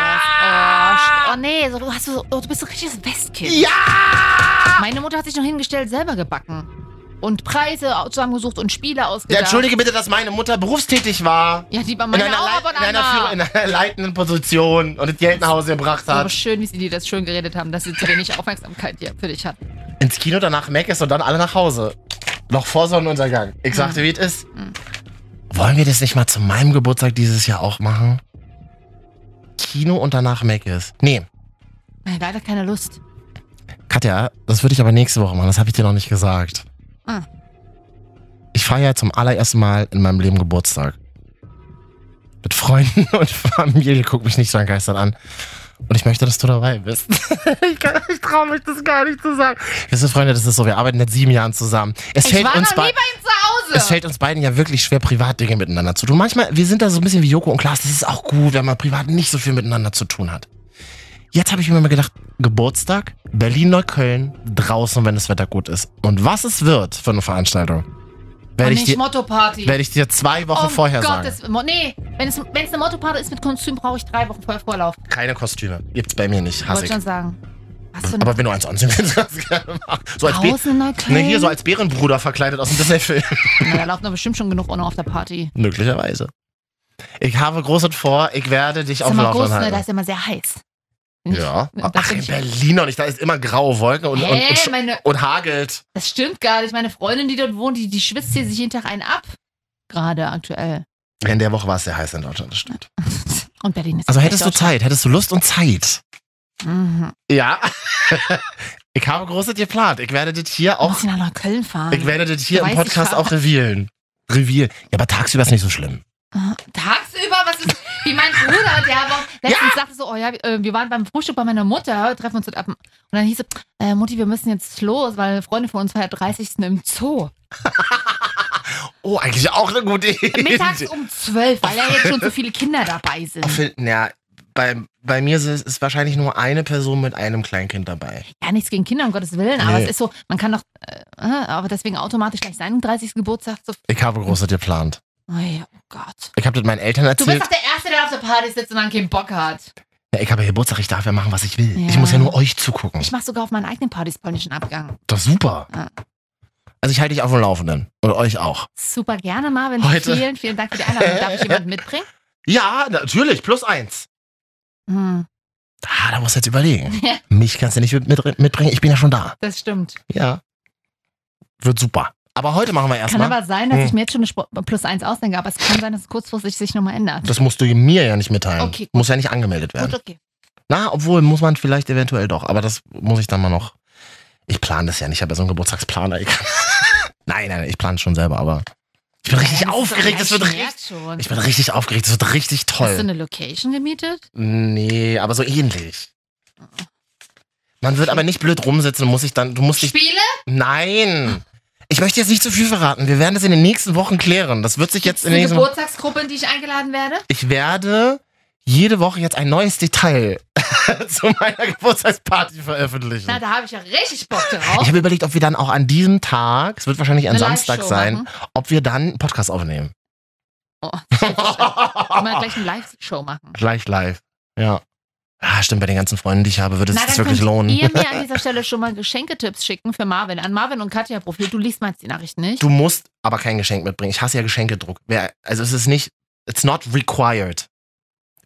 S2: was? Oh, sch- oh nee, so, du, hast so, oh, du bist so ein richtiges Westkind.
S1: Ja!
S2: Meine Mutter hat sich noch hingestellt, selber gebacken. Und Preise zusammengesucht und Spiele
S1: Ja,
S2: ausgedacht.
S1: entschuldige bitte, dass meine Mutter berufstätig war.
S2: Ja, die war
S1: In
S2: meine
S1: einer,
S2: auch,
S1: Lei-
S2: aber
S1: in, einer,
S2: danach.
S1: Führ- in einer leitenden Position und das Geld nach Hause gebracht
S2: Aber
S1: hat.
S2: schön, wie sie dir das schön geredet haben, dass sie zu wenig Aufmerksamkeit hier für dich hatten.
S1: Ins Kino, danach Mac ist und dann alle nach Hause. Noch vor Sonnenuntergang. Ich sagte, wie es ist. Wollen wir das nicht mal zu meinem Geburtstag dieses Jahr auch machen? Kino und danach Mac ist. Nee,
S2: Nein, leider keine Lust.
S1: Katja, das würde ich aber nächste Woche machen. Das habe ich dir noch nicht gesagt.
S2: Ah.
S1: Ich feiere ja zum allerersten Mal in meinem Leben Geburtstag. Mit Freunden [laughs] und Familie. Guck mich nicht so entgeistert an. Und ich möchte, dass du dabei bist. [laughs] ich kann- ich traue mich das gar nicht zu sagen. Wisst ihr, Freunde, das ist so. Wir arbeiten seit sieben Jahren zusammen. Es
S2: ich
S1: fällt
S2: war
S1: uns
S2: noch nie bei
S1: bei.
S2: ihm zu Hause.
S1: Es fällt uns beiden ja wirklich schwer, privat Dinge miteinander zu tun. Manchmal, wir sind da so ein bisschen wie Joko und Klaas. Das ist auch gut, wenn man privat nicht so viel miteinander zu tun hat. Jetzt habe ich mir mal gedacht, Geburtstag, Berlin-Neukölln, draußen, wenn das Wetter gut ist. Und was es wird für eine Veranstaltung,
S2: Und
S1: werde ich,
S2: nicht
S1: dir-
S2: Oh, Motto-Party.
S1: werde ich dir zwei Wochen
S2: oh
S1: vorher
S2: Gott,
S1: sagen.
S2: Das, Mo- nee, wenn es, wenn es eine Motto-Party ist mit Kostüm, brauche ich drei Wochen vorher Vorlauf.
S1: Keine Kostüme. Gibt's bei mir nicht,
S2: Wollte
S1: hasse
S2: ich
S1: ich.
S2: schon sagen. Hast du
S1: Aber wenn du eins anziehen willst, [laughs] kannst du gerne machen. So als Bä-
S2: draußen in Neukölln?
S1: ne, hier so als Bärenbruder verkleidet aus dem Disney-Film. [laughs]
S2: Na, da laufen doch bestimmt schon genug ohne auf der Party.
S1: Möglicherweise. Ich habe großes vor, ich werde dich auf
S2: ist
S1: dem
S2: immer groß,
S1: Laufenden
S2: ne? Da
S1: halten.
S2: ist ja immer sehr heiß.
S1: halt, Ja.
S2: Da
S1: Ach,
S2: bin
S1: in
S2: ich-
S1: Berlin noch nicht. Da ist immer graue Wolken und, und,
S2: Hä,
S1: und, sch-
S2: meine-
S1: und hagelt.
S2: Das stimmt gar nicht. Meine Freundin, die dort wohnt, die, die schwitzt hier sich jeden Tag einen ab. Gerade aktuell. [laughs]
S1: In der Woche war es sehr heiß in Deutschland, das stimmt.
S2: Und Berlin ist
S1: Also
S2: ja
S1: hättest du Zeit, hättest du Lust und Zeit.
S2: Mhm.
S1: Ja. [laughs] ich habe großes geplant. Ich werde das hier
S2: Auch
S1: auch,
S2: muss ich nach Neukölln fahren.
S1: ich werde das hier
S2: Du
S1: im
S2: weißt, ich
S1: Podcast
S2: fahr-
S1: auch revealen. Reveal. Ja, aber tagsüber ist nicht so schlimm.
S2: Tagsüber was ist. Wie mein Bruder, der aber letztens sagte so, oh ja, äh, wir waren beim Frühstück bei meiner Mutter, treffen uns heute ab. Und dann hieß es, äh, Mutti, wir müssen jetzt los, weil eine Freundin von uns feiert 30. im Zoo.
S1: Oh, eigentlich auch eine gute Idee.
S2: Mittags um 12, weil ja jetzt schon so viele Kinder dabei sind.
S1: Auf, ja, bei, bei mir ist, es- ist wahrscheinlich nur eine Person mit einem Kleinkind dabei.
S2: Ja, nichts gegen Kinder, um Gottes Willen, aber
S1: Nee.
S2: es ist so, man kann doch, äh, aber deswegen automatisch gleich seinen 30. Geburtstag so,
S1: Ich habe großes geplant.
S2: oh ja, oh Gott.
S1: Ich habe das meinen Eltern
S2: Du
S1: erzählt.
S2: bist doch der Erste, der auf der Party sitzt und dann keinen Bock hat.
S1: Na, ich habe ja Geburtstag, ich darf ja machen, was ich will.
S2: Ja.
S1: Ich muss ja nur euch zugucken.
S2: Ich mache sogar auf meinen eigenen Partys polnischen Abgang.
S1: Das ist super.
S2: Ja.
S1: Also ich halte dich auf dem Laufenden. Und euch auch.
S2: Super gerne, Marvin.
S1: Heute-
S2: Vielen, vielen Dank für die Einladung. Darf ich jemanden mitbringen?
S1: Ja, natürlich. Plus eins.
S2: Hm,
S1: Ah, da musst du jetzt überlegen.
S2: Ja.
S1: Mich kannst du nicht mit, mit, mitbringen. Ich bin ja schon da.
S2: das stimmt.
S1: Ja. Wird super. Aber heute machen wir
S2: Kann
S1: erstmal.
S2: aber sein, dass
S1: Hm.
S2: ich mir jetzt schon eine Sport Plus eins ausdenke, aber es kann sein, dass es kurzfristig sich nochmal ändert.
S1: Das musst du mir ja nicht mitteilen.
S2: Okay, gut.
S1: Muss ja nicht angemeldet werden.
S2: Gut, okay.
S1: Na, obwohl muss man vielleicht eventuell doch, aber das muss ich dann mal noch. Ich plane das ja nicht, ich habe ja so einen Geburtstagsplaner. Ich kann [laughs] nein, nein, ich plane schon selber, aber ich bin richtig aufgeregt, es wird richtig.
S2: Schon.
S1: Ich bin richtig aufgeregt, es wird richtig
S2: Hast du
S1: toll.
S2: eine Location gemietet?
S1: Nee, aber so ähnlich. Man wird aber nicht blöd rumsitzen, muss ich dann, du musst dich.
S2: Spiele?
S1: Nein! Ich möchte jetzt nicht zu viel verraten. Wir werden das in den nächsten Wochen klären. Das wird sich jetzt in den
S2: Eine
S1: nächsten
S2: Geburtstagsgruppe, in die ich eingeladen werde?
S1: ich werde jede Woche jetzt ein neues Detail [laughs] zu meiner Geburtstagsparty veröffentlichen.
S2: Na, da habe ich ja richtig Bock drauf.
S1: [laughs] Ich habe überlegt, ob wir dann auch an diesem Tag, es wird wahrscheinlich ein
S2: Eine
S1: Samstag
S2: Live-Show
S1: sein,
S2: machen. Oh,
S1: ob wir dann einen Podcast aufnehmen. [laughs]
S2: Mal gleich eine Live-Show machen.
S1: Gleich live. Ja. Ah, stimmt, bei den ganzen Freunden, die ich habe, würde es
S2: Na,
S1: sich
S2: dann
S1: wirklich
S2: könnt
S1: lohnen.
S2: ihr mir
S1: [laughs]
S2: an dieser Stelle schon mal Geschenketipps schicken für Marvin. An Marvin und Katja Profil. Du liest meins die Nachricht nicht.
S1: du musst aber kein Geschenk mitbringen. Ich hasse ja Geschenkedruck. Wer- Also es ist nicht, it's not required.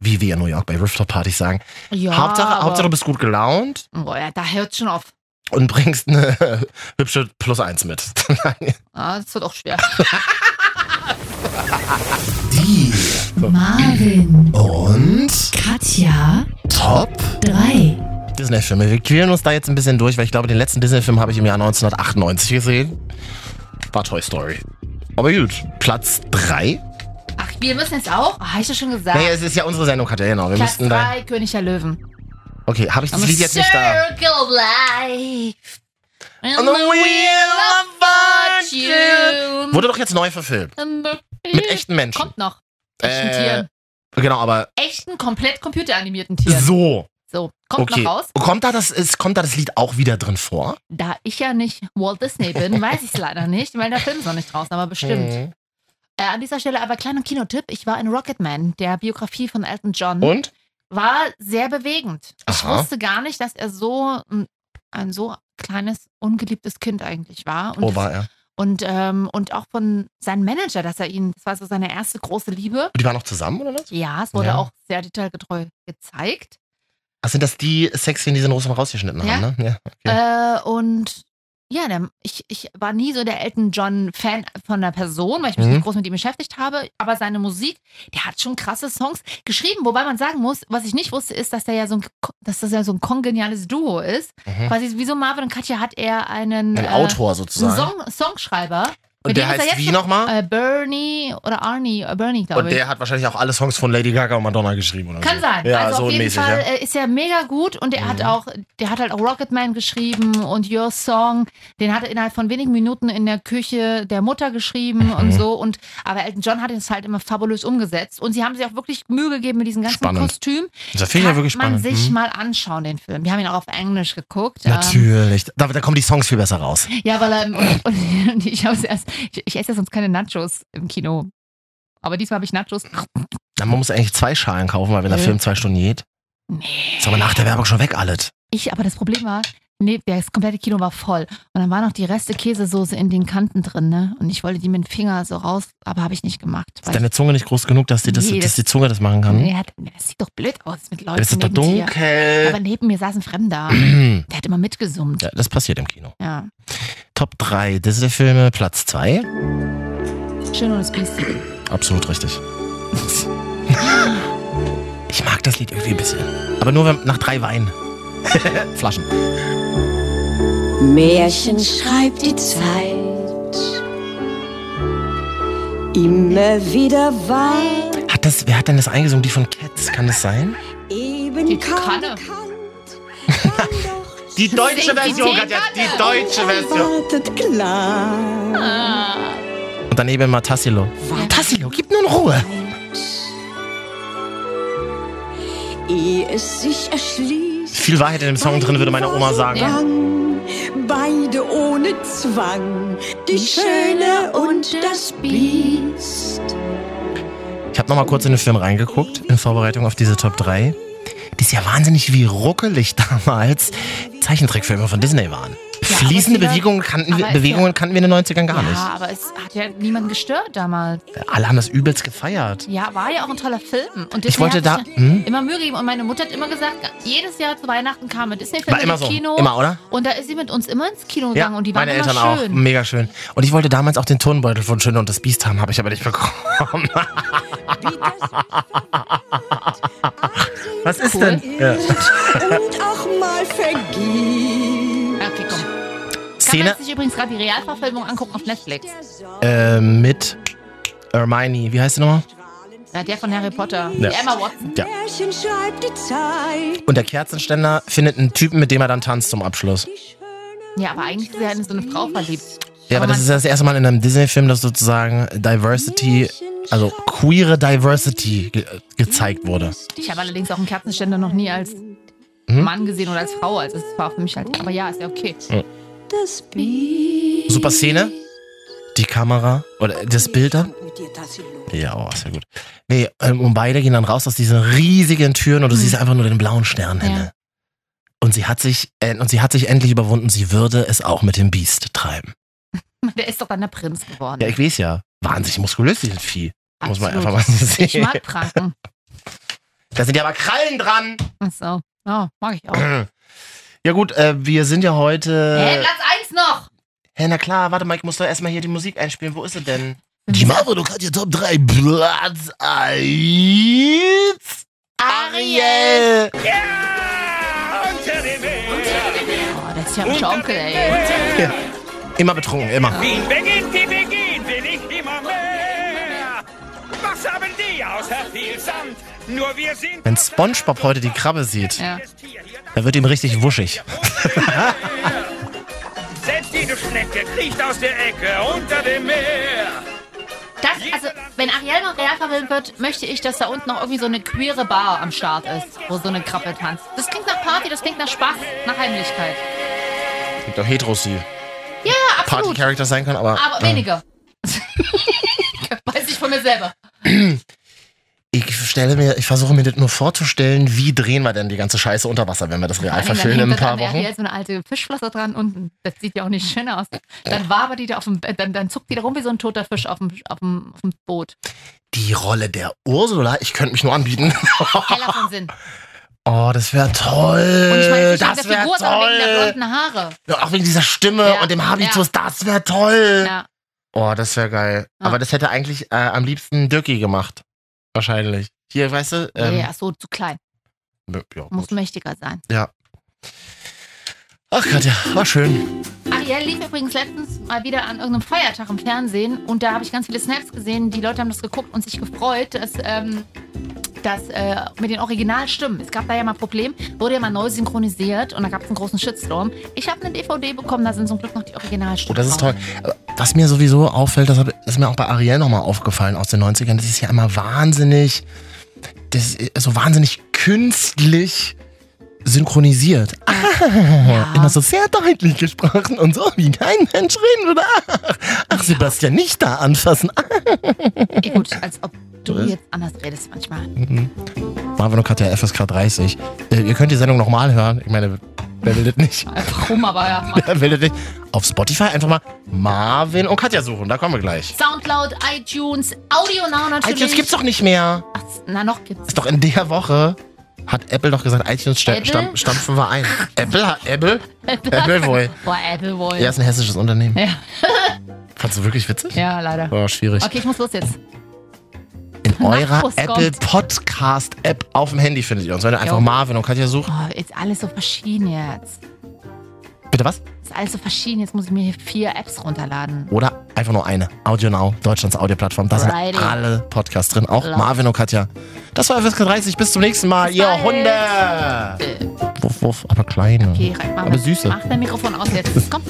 S1: Wie wir in New York bei Rooftop-Partys sagen.
S2: ja,
S1: Hauptsache,
S2: aber-
S1: Hauptsache, du bist gut gelaunt
S2: Boah, ja, da hört schon auf.
S1: und bringst eine [laughs] hübsche Plus-Eins mit. Nein.
S2: Ah, das wird auch schwer.
S9: Die
S2: Marvin
S9: und
S2: Katja
S1: Top
S2: 3.
S1: Disney-Filme. Wir quälen uns da jetzt ein bisschen durch, weil ich glaube, den letzten Disney-Film habe ich im Jahr 1998 gesehen. War Toy Story. Aber gut, Platz 3.
S2: Ach, wir müssen jetzt auch? Ah, hab ich ja schon gesagt.
S1: Nee, es ist ja unsere Sendung, Katja, genau. Wir
S2: Platz
S1: müssten da.
S2: 3, König der Löwen.
S1: Okay, habe ich das
S2: Am
S1: Lied jetzt nicht da?
S2: Circle of Life.
S1: On the wheel
S2: of
S1: Wurde doch jetzt neu verfilmt.
S2: Fortune.
S1: Mit echten Menschen.
S2: Hm.
S1: Äh,
S2: Kommt noch. Echten Tieren.
S1: Genau, aber
S2: Echten, komplett computeranimierten Tieren.
S1: so.
S2: So, kommt
S1: okay.
S2: noch raus.
S1: Kommt da, das, ist, kommt da das Lied auch wieder drin vor?
S2: Da ich ja nicht Walt Disney bin, weiß ich es leider nicht, weil der Film ist noch nicht draußen, aber bestimmt.
S1: Mhm.
S2: Äh, an dieser Stelle aber kleiner Kinotipp. Ich war in Rocketman, der Biografie von Elton John.
S1: Und? Ah.
S2: War sehr bewegend. Mhm. Ich
S1: Aha.
S2: wusste gar nicht, dass er so ein, ein so kleines, ungeliebtes Kind eigentlich war. Und,
S1: oh, war er.
S2: und, ähm, und auch von seinem Manager, dass er ihn, das war so seine erste große Liebe.
S1: Die waren noch zusammen, oder was?
S2: Ja, es wurde
S1: Ja.
S2: auch sehr detailgetreu gezeigt.
S1: Ach, sind das die Sexszenen, die sie in Russland rausgeschnitten
S2: Ja.
S1: haben, ne? Ja.
S2: Äh, und ja, der, ich, ich war nie so der Elton John-Fan von der Person, weil ich mich
S1: Mhm.
S2: nicht groß mit ihm beschäftigt habe. Aber seine Musik, der hat schon krasse Songs geschrieben. Wobei man sagen muss, was ich nicht wusste, ist, dass der ja so ein, Ko- dass das ja so ein kongeniales Duo ist.
S1: Mhm.
S2: Quasi wie so Marvin und Katja hat er einen. äh,
S1: Ein Autor sozusagen.
S2: Einen Song, Songschreiber.
S1: Und
S2: Mit
S1: der
S2: dem ist er
S1: heißt
S2: jetzt
S1: wie
S2: schon-
S1: nochmal?
S2: Äh, Bernie oder Arnie, äh, Bernie, glaube ich.
S1: Und der hat wahrscheinlich auch alle Songs von Lady Gaga und Madonna geschrieben, oder
S2: Kann
S1: so.
S2: sein.
S1: Mhm. Ja,
S2: also
S1: so
S2: auf jeden
S1: mäßig,
S2: Fall
S1: ja. Mhm.
S2: äh, ist er mega gut und er hat auch, der hat halt auch Rocketman geschrieben und Your Song, den hat er innerhalb von wenigen Minuten in der Küche der Mutter geschrieben
S1: Mhm.
S2: und so. Und aber Elton John hat es halt immer fabulös umgesetzt und sie haben sich auch wirklich Mühe gegeben mit diesem ganzen
S1: Spannend.
S2: Kostüm.
S1: Das finde ich ja
S2: Kann
S1: wirklich
S2: man
S1: spannend.
S2: sich
S1: Mhm.
S2: mal anschauen den Film. Wir haben ihn auch auf Englisch geguckt. ähm,
S1: Natürlich. Da, da kommen die Songs viel besser raus.
S2: ja, weil ähm, und, und, [laughs] und ich habe es erst, ich, ich esse ja sonst keine Nachos im Kino. Aber diesmal habe ich Nachos.
S1: Na, man muss eigentlich zwei Schalen kaufen, weil wenn der
S2: Äh.
S1: Film zwei Stunden geht, ist aber nach der Werbung schon weg alles.
S2: Ich, aber das Problem war, nee, das komplette Kino war voll. Und dann war noch die Reste Käsesoße in den Kanten drin, ne? Und ich wollte die mit dem Finger so raus, aber habe ich nicht gemacht.
S1: Ist deine Zunge nicht groß genug, dass die, das,
S2: Nee,
S1: dass
S2: das-
S1: die Zunge das machen kann?
S2: Nee, hat- das sieht doch blöd aus mit Leuten.
S1: Das ist doch
S2: neben dir.
S1: dunkel.
S2: Aber neben mir saß ein
S1: [clears throat]
S2: Fremder. Der hat immer mitgesummt.
S1: Ja, das passiert im Kino.
S2: Ja.
S1: Top 3 Disney-Filme, Platz 2.
S2: Schön und das Biest.
S1: Absolut richtig. Ich mag das Lied irgendwie ein bisschen. Aber nur wenn, nach drei Wein. Flaschen.
S10: Märchen schreibt die Zeit. Immer wieder weit
S1: Hat das, wer hat denn das eingesungen? Die von Cats, kann das sein?
S10: eben
S2: Die Kanne.
S1: Die deutsche
S10: Singt die
S1: Version,
S10: Zehn
S1: Katja, die deutsche Version.
S10: wartet klar.
S1: Und daneben mal Tassilo. Tassilo, gib nun Ruhe.
S10: Ehe es sich erschließt,
S1: Viel Wahrheit in dem Song drin, würde meine Oma sagen.
S10: lang, beide ohne Zwang, die Schöne und das Biest.
S1: Ich habe nochmal kurz in den Film reingeguckt, in Vorbereitung auf diese Top 3. Die ist ja wahnsinnig, wie ruckelig [laughs] damals Zeichentrickfilme von Disney waren. Fließende
S2: aber wieder-
S1: Bewegungen kannten, wir,
S2: aber es-
S1: Bewegungen kannten wir in den 90ern gar
S2: ja,
S1: nicht.
S2: aber es hat ja niemand gestört damals.
S1: Alle haben das übelst gefeiert.
S2: Ja, war ja auch ein toller Film. Und Disney
S1: Ich wollte
S2: hat
S1: da-
S2: sich
S1: hm?
S2: immer Mühe gegeben. Und meine Mutter hat immer gesagt, jedes Jahr zu Weihnachten kam ein Disney-Film
S1: War immer
S2: ins
S1: so.
S2: Kino.
S1: Immer, oder?
S2: Und da ist sie mit uns immer ins Kino
S1: Ja,
S2: gegangen. und die waren
S1: meine
S2: immer
S1: Eltern auch. Mhm.
S2: schön.
S1: Mega schön. Und ich wollte damals auch den Turnbeutel von Schöne und das Biest haben, habe ich aber
S2: [laughs]
S1: nicht bekommen. Was ist denn? Ja.
S10: Und auch mal vergib.
S2: Okay, komm. Kann
S1: Szene
S2: man sich übrigens gerade die Realverfilmung angucken auf Netflix.
S1: äh, mit Hermione. Wie heißt die nochmal?
S2: Ja, der von Harry Potter.
S1: Ja.
S2: Die Emma Watson.
S1: Ja.
S10: Märchen schreibt die Zeit.
S1: Und der Kerzenständer findet einen Typen, mit dem er dann tanzt zum Abschluss.
S2: Ja, aber eigentlich ist er in so eine Frau verliebt.
S1: Ja, aber das ist das erste Mal in einem Disney-Film, dass sozusagen Diversity, also queere Diversity ge gezeigt wurde.
S2: Ich habe allerdings auch einen Kerzenständer noch nie als
S1: Hm?
S2: Mann gesehen oder als Frau. Also es war für mich halt. Aber ja, ist ja okay.
S1: Hm.
S10: Das Biest.
S1: Super Szene. Die Kamera oder das Bild da. Ja, oh, sehr gut. Nee, ähm, und beide gehen dann raus aus diesen riesigen Türen und du siehst einfach nur den blauen Sternenhimmel. Und sie hat sich äh, und sie hat sich endlich überwunden, sie würde es auch mit dem Biest treiben.
S2: Der ist doch dann der Prinz geworden.
S1: Ja, ich weiß ja, wahnsinnig muskulös dieses Vieh. Muss man
S2: Absolut.
S1: einfach mal so sehen.
S2: Ich mag Pranken.
S1: Da sind ja aber Krallen dran.
S2: Achso. Oh, mag ich auch.
S1: Äh. Ja gut, äh, wir sind ja
S2: Hä,
S1: heute.
S2: Platz 1 noch!
S1: Hä, na klar, warte mal, ich muss doch erstmal hier die Musik einspielen. Wo ist sie denn?
S2: Die
S1: Marvel hat ja Top 3 Platz 1. Ariel!
S2: Oh, das ist ja ein Schaukel, ey.
S1: Ja. Immer betrunken, immer.
S6: Die beginnt, die beginnt, will ich immer mehr. Was haben die außer viel Sand? Nur wir sind
S1: Wenn Spongebob heute die Krabbe sieht,
S6: Ja.
S1: da wird ihm richtig wuschig.
S6: selbst jede Schnecke kriecht aus der Ecke unter dem Meer.
S2: Das, also, wenn Ariel noch real verwöhnt wird, möchte ich, dass da unten noch irgendwie so eine queere Bar am Start ist, wo so eine Krabbe tanzt. Das klingt nach Party, das klingt nach Spaß, nach Heimlichkeit.
S1: Gibt doch Heteros, die
S2: Ja, absolut.
S1: Party-Charakter sein können, aber.
S2: Aber
S1: ähm,
S2: weniger. [laughs] Weiß ich von mir selber.
S1: Ich stelle mir, ich versuche mir das nur vorzustellen, wie drehen wir denn die ganze Scheiße unter Wasser, wenn wir das real
S2: Vor allen Dingen,
S1: verfilmen in ein
S2: dann hängt das an der
S1: paar Wochen?
S2: Ariel so eine alte Fischflosse dran unten. Das sieht ja auch nicht schön aus. Dann wabert die da auf dem, äh, dann, dann zuckt die da rum wie so ein toter Fisch auf dem, auf dem, auf dem Boot.
S1: Die Rolle der Ursula, ich könnte mich nur
S2: [laughs]
S1: anbieten. [laughs]
S2: Keller von Sinn.
S1: Oh, das wäre
S2: Und ich meine,
S1: toll.
S2: nicht wegen
S1: Äh, Das
S2: der
S1: wäre
S2: Figur, sondern wegen der
S1: toll.
S2: blonden Haare.
S1: Ja, auch wegen dieser Stimme
S2: Ja,
S1: und dem Habitus,
S2: ja.
S1: das wäre toll.
S2: Ja.
S1: Oh, das wäre geil.
S2: Ja.
S1: Aber das hätte eigentlich äh, am liebsten Dirkie gemacht. Wahrscheinlich. Hier, weißt du?
S2: Ja,
S1: Ähm,
S2: ja, so zu klein.
S1: ja, ja.
S2: Muss mächtiger sein.
S1: ja. Ach Katja, war schön.
S2: Ariel lief übrigens letztens mal wieder an irgendeinem Feiertag im Fernsehen und da habe ich ganz viele Snaps gesehen. Die Leute haben das geguckt und sich gefreut, dass, ähm, dass äh, mit den Originalstimmen, es gab da ja mal ein Problem, wurde ja mal neu synchronisiert und da gab es einen großen Shitstorm. Ich habe eine DVD bekommen, da sind zum Glück noch die
S1: Oh,
S2: Originalstimmen.
S1: das ist
S2: drauf.
S1: toll. Aber Was mir sowieso auffällt, das hab- das ist mir auch bei Ariel nochmal aufgefallen aus den 90ern, das ist ja immer wahnsinnig, das ist so wahnsinnig künstlich synchronisiert. Ah, [laughs] Immer so sehr deutlich gesprochen und so, wie kein Mensch reden würde. Ach, ach Sebastian, nicht da anfassen. Ah.
S2: Ja, gut, als ob du
S1: Das-
S2: jetzt anders redest manchmal.
S1: Mhm. Marvin und Katja FSK 30. Äh, ihr könnt die Sendung nochmal hören. Ich meine, wer will das nicht?
S2: Warum aber ja. Mann.
S1: [laughs] Wer will das nicht? Auf Spotify einfach mal Marvin und Katja suchen. Da kommen wir gleich.
S2: Soundcloud, iTunes, Audio Now natürlich.
S1: iTunes gibt's doch nicht mehr.
S2: Na, noch gibt's.
S1: Ist doch in der Woche. Hat Apple doch gesagt, iTunes sta
S2: Apple?
S1: stamm stampfen wir
S2: [laughs]
S1: ein. Apple? hat- Apple? Apple wohl.
S2: Boah, Apple Boy.
S1: Ja, ist ein hessisches Unternehmen.
S2: Ja.
S1: [laughs] Fandst du wirklich witzig?
S2: ja, leider.
S1: War schwierig.
S2: Okay, ich muss los jetzt.
S1: In eurer
S2: Nachbus kommt.
S1: Apple Podcast App auf dem Handy findet ihr uns. Wenn ihr einfach
S2: Jo.
S1: Marvin und Katja sucht.
S2: Oh, jetzt alles so verschieden jetzt.
S1: Bitte was?
S2: Ist alles so verschieden. Jetzt muss ich mir hier vier Apps runterladen.
S1: Oder Einfach nur eine. Audio Now, Deutschlands Audioplattform. Da sind
S2: Alrighty.
S1: alle Podcasts drin. Auch
S2: Love.
S1: Marvin und Katja. Das war FSK 30. Bis zum nächsten Mal, ihr Hunde. Wuff, wuff, aber kleine.
S2: Okay, rein mal.
S1: aber süße.
S2: Mach dein Mikrofon aus jetzt. Komm.